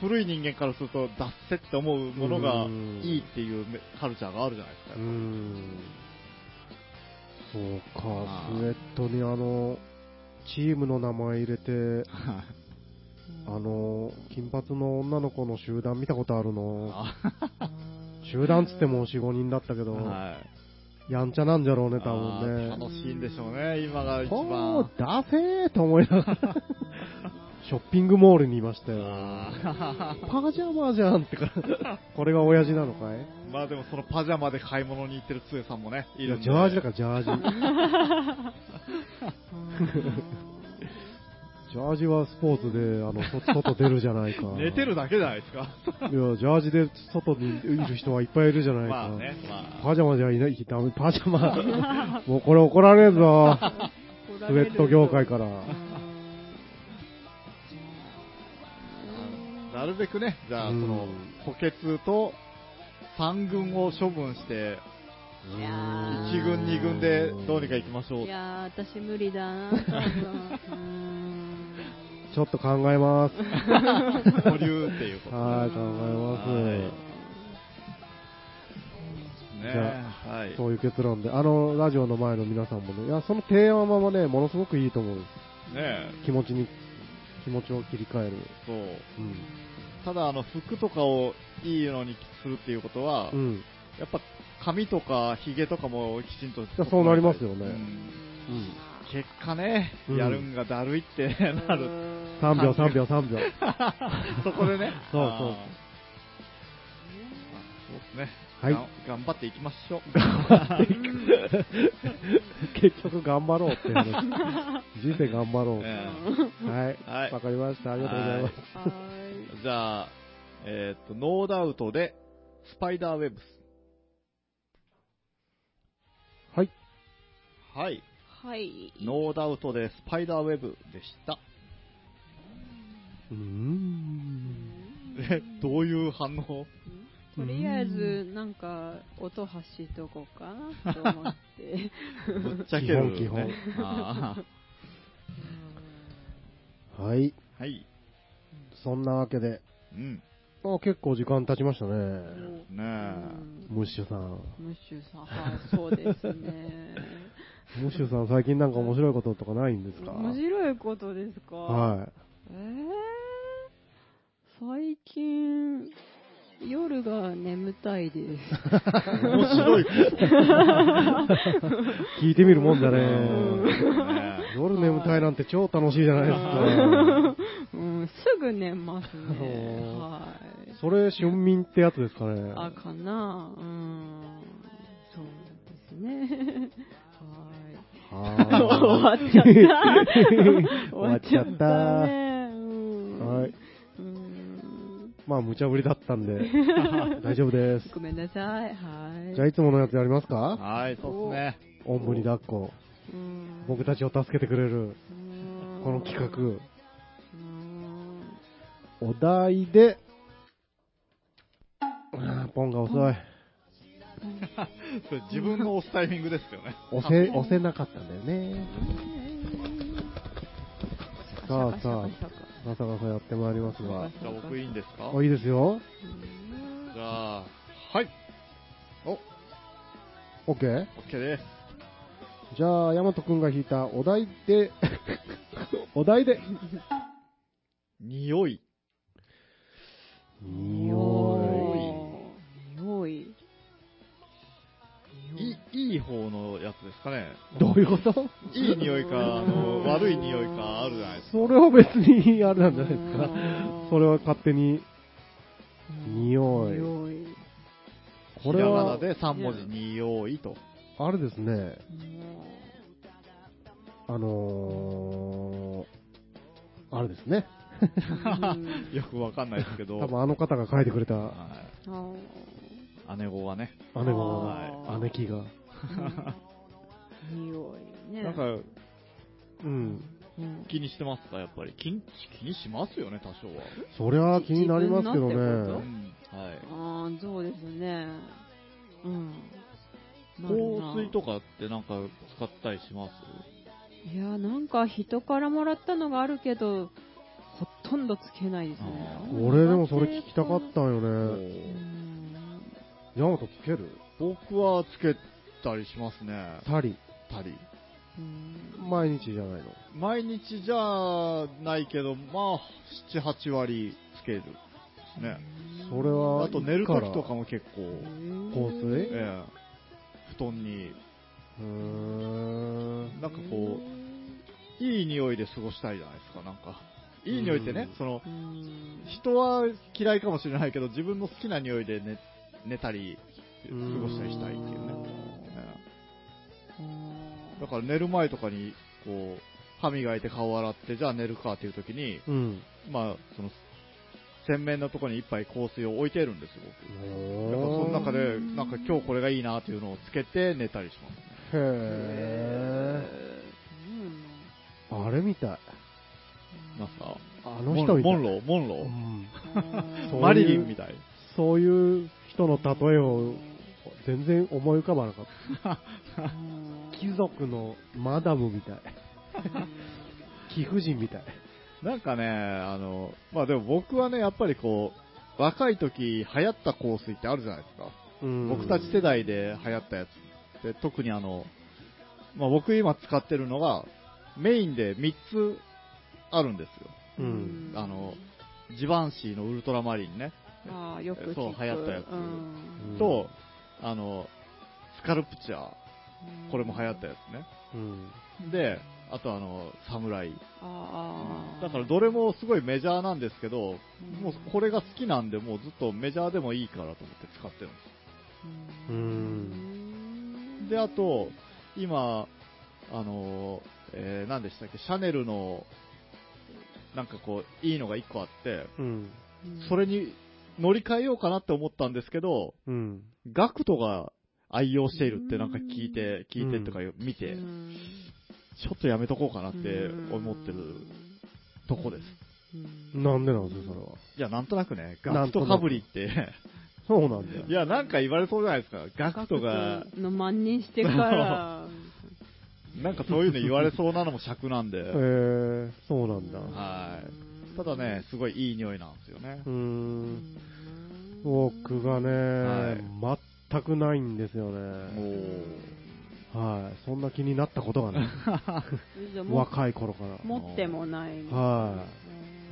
C: 古い人間からすると、脱せって思うものが
B: うん
C: いいっていうめカルチャーがあるじゃないですか。
B: うん。そうか、
C: あー
B: スウェットにあの、チームの名前入れて、あの、金髪の女の子の集団見たことあるの。集団つっても4、5人だったけど、
C: はい
B: やんちゃなんじゃろうね、多
C: あー
B: 分ね。
C: 楽しいんでしょうね、今が一
B: おーだ
C: 番。、
B: せーと思いなが ら、ショッピングモールにいましたよ。
C: あー
B: パジャマじゃんって か、これが親父なのかい
C: まあでもそのパジャマで買い物に行ってるつえさんもね、い
B: い
C: る
B: や、
C: んで。
B: ジャージだからジャージ。ジャージはスポーツで、あの、そ外出るじゃないか
C: 寝てるだけじゃないです
B: い
C: か。
B: や、ジャージで外にいる人はいっぱいいるじゃないか。
C: まあね、まあ。
B: パジャマじゃいない、ダメ、パジャマ。 もうこれ怒られるぞ。スウェット業界から。
C: なるべくね、じゃあ、そ
B: うん
C: の、補欠と3軍を処分して、
A: いやー
C: 1軍、2軍でどうにか行きましょう
A: い。やー、私無理だな、多分うーん
B: ちょっと考えます。
C: 保留っていうこと
B: はい、考えま
C: ね。
B: じゃ
C: はい
B: す。。そういう結論で。あの、ラジオの前の皆さんもね、いや、その提案はまね、ものすごくいいと思う。
C: ねえ、
B: 気持ちに、気持ちを切り替える。
C: そう。
B: うん。
C: ただ、あの、服とかをいいのにするっていうことは、
B: うん。
C: やっぱ髪とか髭とかもきちんと。
B: やそうなりますよね
C: うん
B: うん
C: 結果ね、
B: うん
C: やるんがだるいってな る。
B: 3秒、3秒、3秒。
C: そこでね。
B: そうそう
C: あーそうですね。
B: はい
C: がん頑張っていきましょう。
B: 結局頑張ろうっていう話人生頑張ろう。
C: え
B: はい。
C: はい
B: わかりました。ありがとうございます。
A: はーい
C: えじゃあ、えーっと、ノーダウトで、スパイダーウェブス。
B: はい。
C: はい。
A: はい。
C: ノーダウトで、スパイダーウェブでした。
B: うーん。
C: え、 どういう反 応
A: とりあえず、なんか、音発しとこうかなと思 って。
C: ぶっちゃける、ね。
B: 基本基
C: あ
B: はい。
C: ーはい。
B: そんなわけで。
C: うん。
B: あ結構時間経ちましたね。
A: うん
C: ね
B: ムッシュさん。
A: ムッシュさん、はい、そうですね。
B: ムッシュさん最近なんか面白いこととかないんですか
A: 面白いことですか
B: は
A: えー、最近、夜が眠たいです。
C: 面白い。
B: い。聞いてみるもんだね。
C: ね
B: 夜眠たいなんて超楽しいじゃないですか。
A: うん、すぐ寝ますね。
B: おー
A: はい。
B: それ、春眠ってやつですかね。
A: あ、かなうん。そう。ね。はい。 終わ
B: は
A: っちゃった。
B: 終わっちゃっ
A: 終
B: た
A: わっちゃねうん
B: はい。
A: うん
B: まあ、無茶ぶりだったんで、 大丈夫です。
A: ごめんなさい。はい。
B: じゃあ、いつものやつやりますか
C: はい、そうですね。
B: おんぶに抱っこ。
A: うん
B: 僕たちを助けてくれる、
A: うん
B: この企
A: うん
B: 画。お題で、あーポンが遅い。
C: それ自分の押すタイミングですよね。
B: 押せ、押せなかったんだよね。さあ
A: シャカシャカシャカ
B: さあ、ガサガサやってまいりますが。
C: じゃあ僕いいんですか
B: あ、いいですよ。
A: うん
C: じゃあ、はい、
B: お、OK?
C: OK です。
B: じゃあ、ヤマトくんが引いたお題 で、お題で、
C: 匂い。
A: 匂い。
B: 匂
A: 匂
C: いい、いい方のやつですかね。
B: い。どういうこと
C: いい匂いか、あの、悪い匂いかあるじゃないですか。
B: それは別にあれなんじゃないです
A: う
B: か
A: ん。
B: それは勝手に、匂い
A: 匂い。
B: これは
C: ひらがなで3文字、匂いと。
B: あれですね、あのー、あれですね。
A: ん
C: よくわかんないですけど、
B: 多分あの方が書いてくれた
C: は
A: うん
C: い姉子がね、
B: 姉が、
A: あー
B: 姉貴が。
A: 匂いね。
C: なんか
B: うん。
A: うん、
C: 気にしてますか、やっぱり。気に気にしますよね、多少は。
B: そりゃ気になりますけど
A: 自分の
B: ね
A: って。
C: はい。
A: ああ、そうですね。うん。なるな
C: 香水とかってなんか使ったりします
A: いや、なんか人からもらったのがあるけど、ほとんどつけないですね
C: あ。
B: 俺でもそれ聞きたかったんよね。
A: うん。
B: ヤマトつける
C: 僕はつけたりしますね。
B: タリ。
C: たり。
A: うん
B: 毎日じゃないの。
C: 毎日じゃないけど、まあ、7、8割つける。ね。
B: それは、
C: あと寝る時とか
B: も。
C: も結構、
B: 香水
C: ええ布団に、
B: うーん。
C: なんかこう、いい匂いで過ごしたいじゃないですか、なんか。いい匂いってね
B: うん、
C: その、
A: うん
C: 人は嫌いかもしれないけど、自分の好きな匂いで寝寝たり、
B: う
C: 過
B: ん
C: ごしたりしたいっていう
A: う
C: ね。
A: ん
C: ええだから寝る前とかに、こう、歯磨いて顔洗って、じゃあ寝るかっていう時に、
B: うん。
C: まあ、その、洗面のとこに一杯香水を置いてるんですよ、僕。だからその中で、なんか今日これがいいなっていうのをつけて寝たりします。
B: へえ。あれみたい。
C: なんか、
B: あの人みたい。
C: モンロー、モンロ
B: う
C: ー。
B: ん
A: うん
B: そういう
C: マリリンみたい。
B: そういう人の例えを全然思い浮かばなかった。貴族のマダムみたい。貴婦人みたい。
C: なんかね、あの、まあでも僕はね、やっぱりこう、若い時流行った香水ってあるじゃないですか。
B: うん
C: 僕たち世代で流行ったやつって、特にあの、まあ僕今使ってるのが、メインで3つあるんですよ。
B: うん。
C: あの、ジバンシーのウルトラマリンね。
A: ああ、よく聞く。
C: そう流行ったやつ
A: うん
C: と、あの、スカルプチャー。これも流行ったやつね。
B: うん。
C: で、あとあの、サムライ。
A: ああ。
C: だからどれもすごいメジャーなんですけど、
A: うん
C: もうこれが好きなんで、もうずっとメジャーでもいいからと思って使ってるん
B: う
C: です。で、あと、今、あの、えー何でしたっけ、シャネルの、なんかこう、いいのが1個あって、
B: うん。
C: それに乗り換えようかなって思ったんですけど、
B: うん。
C: ガクトが愛用しているってなんか聞いて、聞いてとか見て、
A: うん
C: ちょっとやめとこうかなって思ってるとこです。
A: うん
B: なんでなんですか、それは。
C: いや、なんとなくね、
B: な
C: ガ
B: ん
C: ク
B: と
C: ト
B: なく
C: かぶりって、
B: そうなんだよ
C: い。や、なんか言われそうじゃないですか。ガクトが、
A: の万人してから。
C: なんかそういうの言われそうなのも尺な んで、
B: へえ、そうなんだ。
C: はい。ただね、すごいいい匂いなんですよね
B: うー。ん。僕がね、全くないんですよ
C: お
B: ね。
C: ー
B: はい。そんな気になったことがない。
A: じゃあも
B: 若い頃から。
A: 持ってもない。
B: は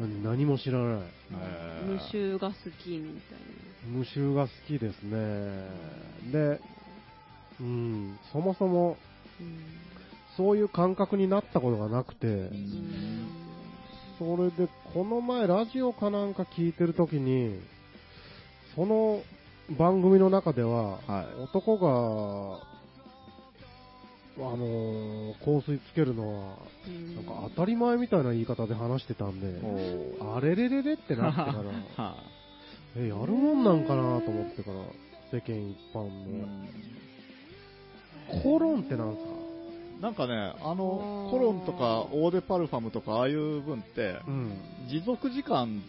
B: い。何も知らない。
C: えー
A: 無臭が好きみたい
B: 無臭が好きですね。で、うん、そもそも、
A: な。
B: そういう感覚になったことがなくて
C: う、
A: うん
C: ん
B: それで、この前、ラジオかなんか聞いてるときに、その番組の中では、
C: はい
B: 男が、あのー香水つけるのは、
A: うん
B: なんか当たり前みたいな言い方で話してたんで、
C: お
B: あれれれれ ってなってから、
C: は
B: え、やるもんなんかなと思ってから、世間一般
C: い
B: の。コロンってなんすか
C: なんかね、あの、コロンとかオーデパルファムとかああいう分って、
B: うん。
C: 持続時間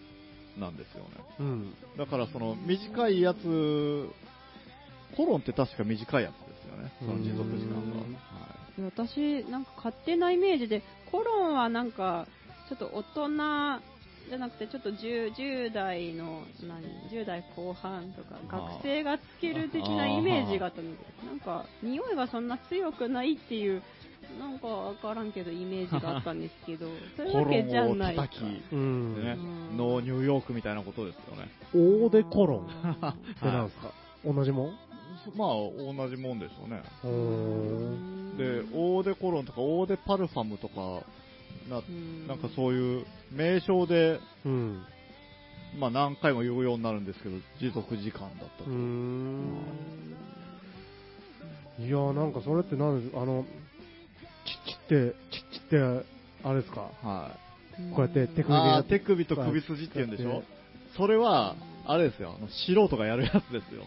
C: なんですよね。
B: うん。
C: だからその短いやつ、コロンって確か短いやつですよね、その持続時間が。
B: う
C: は
B: ん
A: いや私、なんか勝手なイメージで、コロンはなんか、ちょっと大人じゃなくて、ちょっと 10, 10代の、何、10代後半とか、
C: あ
A: 学生がつける的なイメージがあったので、なんか、匂いがそんな強くないっていう、なんかわからんけど、イメージがあったんですけ ど、それ
C: コ
A: だけじ
C: ロ
A: ゃ
C: ンを
A: ないか。
C: 叩き、ね
B: うん。
A: うん
C: ノーニューヨークみたいなことですよね。
B: オーデコロンっ
A: あ
B: てなんすか、同じもん
C: まあ、同じもんでしょうね。
B: うー
A: ー
B: ん。
C: で、オーデコロンとかオーデパルファムとか、な
A: うん
C: なんかそういう名称で、
B: うん。
C: まあ何回も言うようになるんですけど、持続時間だった
B: うー
C: と。
B: ん。いやーなんかそれってなんであの、チッチって、チッチって、あれですか
C: はい。
B: こうやって手首で
C: あ
B: や
C: あ、
B: って
C: 手首と首筋って言うんでし
B: は
C: ょ
B: い
C: それは、あれですよ、あの素人がやるやつですよ。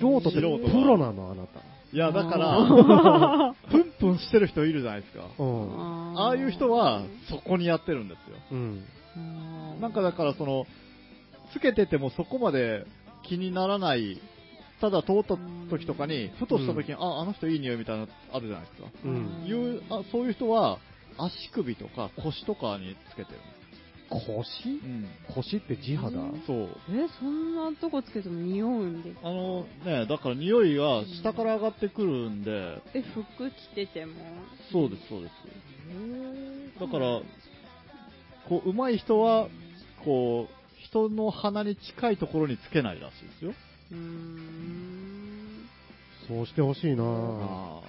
B: 素人って
C: 素
B: プ
C: 人が
B: ロなのあなた。
C: いや、だから、 プンプンしてる人いるじゃないですか。
B: うん。
C: ああいう人は、そこにやってるんですよ。
B: うん。
A: な
C: なんかだから、その、つけててもそこまで気にならない、ただ通った時とかに、ふとした時に、あ、あの人いい匂いみたいなのあるじゃないですか。
B: うん。
C: いうあそういう人は、足首とか腰とかにつけてる。
B: 腰
C: うん。
B: 腰って地肌
C: そう。
A: え、そんなとこつけても匂うんですか
C: あのね、だから匂いが下から上がってくるんで、
A: え、服着てても
C: そうです、そうです。だから、こう、上手い人は、こう、人の鼻に近いところにつけないらしいですよ。
A: うーん。
B: そうしてほしいなぁ
C: あ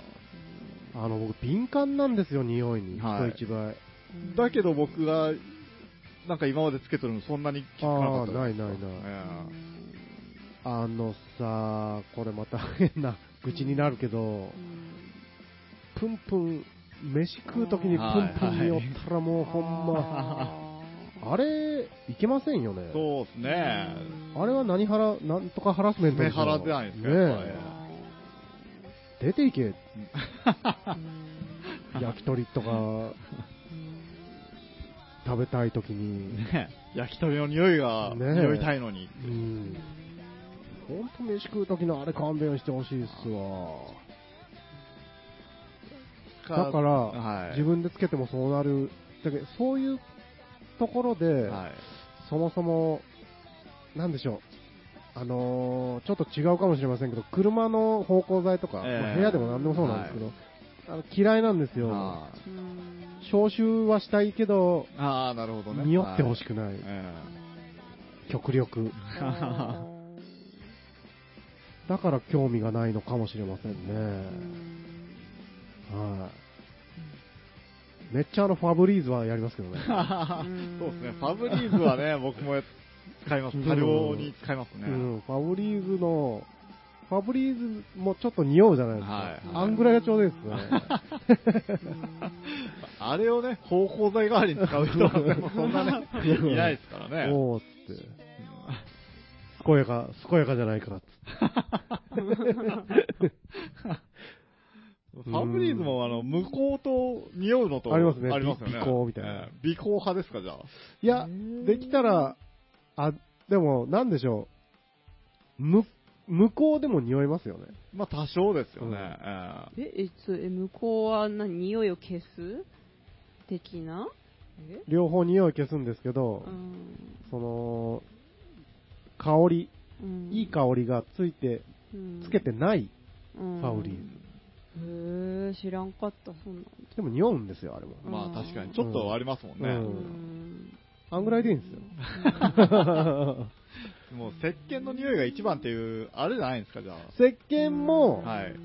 B: あの、僕、敏感なんですよ、匂いに。
C: はい
B: 人一倍。
C: ーだけど僕が、なんか今までつけてるのそんなに効かなかったです
B: あーないないない
C: え
B: あのさ、これまた変な愚痴になるけど、プンプン、飯食うときにプンプンに寄ったらもうほんま、
A: ま。
B: あれ、いけませんよね
C: え。そうですね。
B: あれは何ハラ、なんとかハラスメントしょ
C: ハラじゃないですか
B: ね
C: やっぱり
B: え出ていけ、焼き鳥とか食べたいときに。
C: ね焼き鳥の匂いが、
B: ねえ
C: 匂いたいのに。
B: うん。ほんと飯食うときのあれ勘弁してほしいっすわ。だから、
C: はい、
B: 自分でつけてもそうなる。だけど、そういうところで、
C: はい。
B: そもそも、なんでしょう。あのーちょっと違うかもしれませんけど、車の芳香剤とか、
C: ええ
B: まあ部屋でも何でもそうなんですけど、あの嫌いなんですよ。
C: あー
B: 消臭はしたいけど、
C: あー、なるほどね。
B: 匂ってほ
C: い。
B: しくない。
C: え
B: 極力。だから興味がないのかもしれませんね。はい。めっちゃあのファブリーズはやりますけどね。
C: え そうですね、ファブリーズ はね、僕も使います。多量に使いますね。
B: うん、ファブリーズの、ファブリーズもちょっと匂うじゃないですか。
C: はいはい
B: あんぐらいがちょうどいいですね。
C: あれをね、芳香剤代わりに使う人はね、もうそんなね、 いないですからね。
B: おーっつって。健やか、健やかじゃないからっつって。
C: ファブリーズも、あの、無香と匂うのと
B: ありますね
C: ありますよね。
B: 微香みたいな
C: ええ。微香派ですか、じゃあ。
B: いや、できたら、あ、でも、なんでしょう。む、向こうでも匂いますよね。
C: まあ、多少ですよ
B: うん
C: ね。ええ
A: え、え、つ、え、向こうは何、匂いを消す的なえ
B: 両方匂い消すんですけど、
A: うん
B: その、香り、
A: うん
B: いい香りがついて、つけてない
A: フ
B: ファブリーズ。
A: へえ、知らんかった、そんなん。
B: でも匂うんですよ、あれも。
C: まあ、確かに、ちょっとありますもんね。
B: うん
A: うん
B: あんぐらいでいいんですよ。
C: もう石鹸の匂いが一番っていう、あれじゃないんですか、じゃあ。
B: 石鹸も、
C: はい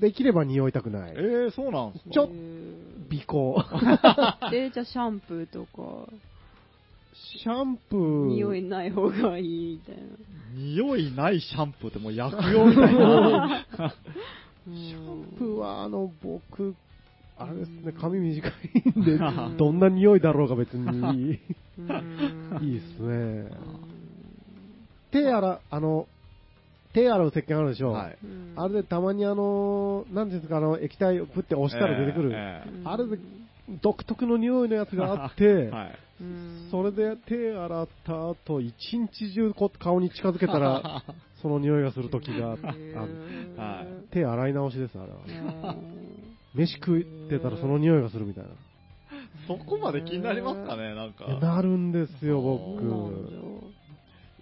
B: できれば匂いたくな
C: え
B: い。
C: ー、そうなんですか
B: ちょっと
A: え
B: 美香。
A: ーじゃあシャンプーとか、
B: シャンプー。
A: 匂いない方がいいみたいな。
C: 匂いないシャンプーってもう薬用みたいな。
B: シャンプーは、あの、僕、あれですね、髪短いん で、どんな匂いだろうが別にいい。いいですね。手洗、あの、手洗う石鹸ある でしょ。
C: はい
B: あれでたまにあの、なんていうんですか、あの、液体をプって押したら出てくる。
C: えええ
B: あれで独特の匂いのやつ
C: え
B: があって、
C: はい
B: それで手洗った後、一日中こう顔に近づけた ら、その匂いがする時があって、
C: はい
B: 手洗い直しです、あれは。飯食ってたらその匂いがするみたいな。
C: そこまで気になりますかね、なんか。
B: いやなるんですよ、僕。
C: い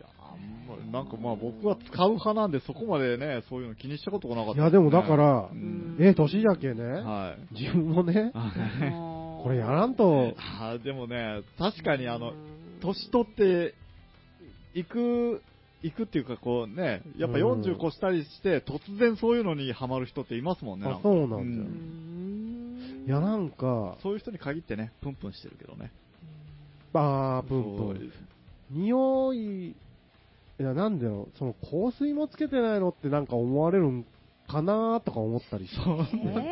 C: やあんまりなんかまあ僕は使う派なんで、そこまでね、そういうの気にしたことがなかった
B: いや、でもだか、ら
C: う、ん
B: え、年じゃけね、
C: はい。
B: 自分もね、こ
A: こ
B: れやらんと、
C: あーでもね、確かにあの、年取って、行く、行くっていうかこうね、やっぱ
B: うん
C: 40越したりして、突然そういうのにハマる人っていますもんね。
B: あ
C: んか
B: そうなんだよ
C: ん
B: いや、なんか、
C: そういう人に限ってね、プンプンしてるけどね。
B: あー、プンプン。匂い、いや、なんだよ、その香水もつけてないのってなんか思われるんかなーとか思ったりして。
C: そう。そんな、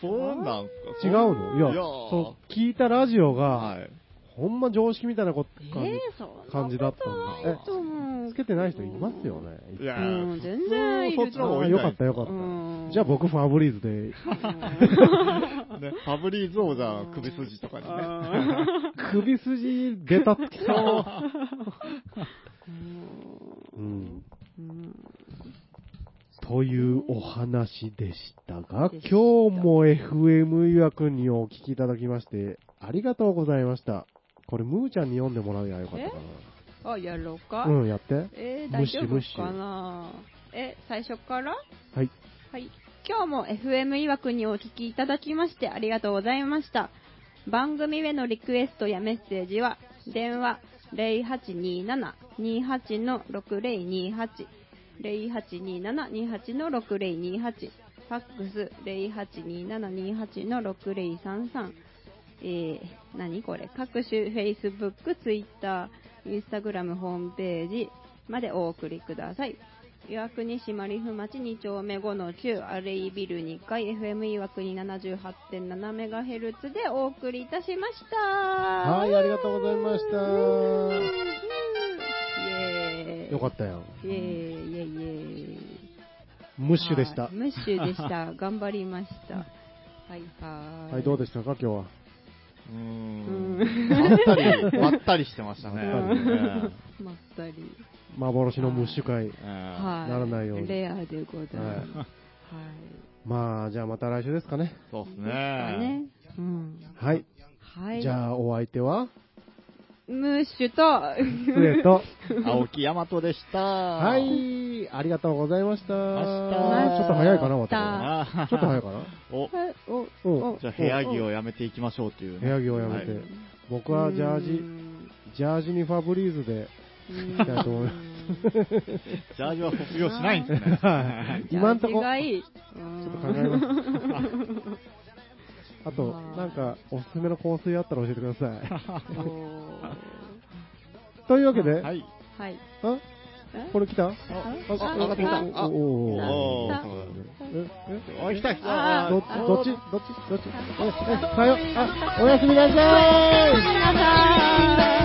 C: そうなんすか
B: 違うのいや、
C: いやー
B: その聞いたラジオが、
C: はい。
B: ほんま常識みたいなこと感じ,、
A: えー、そんな
B: 感じだった
A: こと
B: ん
A: な
B: で
A: いと思う
B: つけてない人いますよね。
C: いや
A: うん全然いる
C: そっちの方が多
B: あ
C: いん
B: よ
C: じゃ
B: か
C: ない
B: ったよかった。
A: うん
B: じゃあ僕ファブリーズ で、
C: ね、ファブリーズ王じゃあ首筋とかにね。
B: 首筋出たつきそう。 うんというお話でしたが、
A: でした
B: 今日も FM 予約にお聞きいただきまして、ありがとうございました。これ、ムーちゃんに読んでもらうやよかったか
A: あ、やろうか
B: な。。うん、やって。
A: えー、
B: 無
A: 大
B: 視
A: 丈夫かなえ、最初から
B: はい。
A: はい。今日も FM いわくにお聞きいただきましてありがとうございました。番組へのリクエストやメッセージは、電話0827-28-6028、0827-28-6028、ファックス0827-28-6033、えー、何これ各種 Facebook、Twitter、Instagram ホームページまでお送りください。岩国市マリフ町2丁目5の9、アレイビル2階、FM 岩国78.7メガヘルツでお送りいたしました。
B: は、
A: はい
B: ありがとうございました。
A: イエーイ。
B: よか
A: っ
B: ったよ。
A: た。イエーイ、イエーイ、イエーイ。
B: ムッシュでした
A: はい。ムッシュでした。 頑張りました。はいはい。
B: はい、どうでしたか、今日は。
C: うー
A: うん
C: んまったり、まったりしてましたね。
B: まったり
C: ね
A: まったり。
B: 幻のムッシュ会。
C: ええ
A: はい。
B: ならないように
A: レアでございます。
B: は
A: はい。
B: まあ、じゃあまた来週ですかね。
C: そうです
A: だ
C: ね。
A: ね。うん。
B: はい。
A: はい。
B: じゃあ、お相手は、
A: ムッシュと、
B: 杖と、
C: 青木大和でした。は
B: はい、ありがとうございました。
C: 明日
B: ちょっと早いかな、また。
C: あー
B: ちょっと早いかな。
C: お、
A: お、
B: うん
A: お、
C: じゃあ部屋着をやめていきましょうっていうね。
B: 部屋着をやめて、
C: はい
B: 僕はジャージ、
A: ジ、
B: ジャージにファブリーズで
A: 行。
B: 行きたいと思います
C: ジャージは卒業しないんですね。
B: はい今んと
A: ジャー
B: こ、
A: ジがいい。ち
B: ちょ
A: ょ
B: っと考え ます。あと、なんか、おすすめの香水あったら教えてください。というわ けで、
C: は
B: あ
C: い。
A: はい。
B: これ来たあ、
A: あ上がってきた
B: おおおお
C: お
B: お
C: ー
B: え、え
C: おい、来た来
A: あ
C: た。
B: ど
A: あ
B: どっちどっちどっちええさよあおやすみなさい
A: おやすみなさい。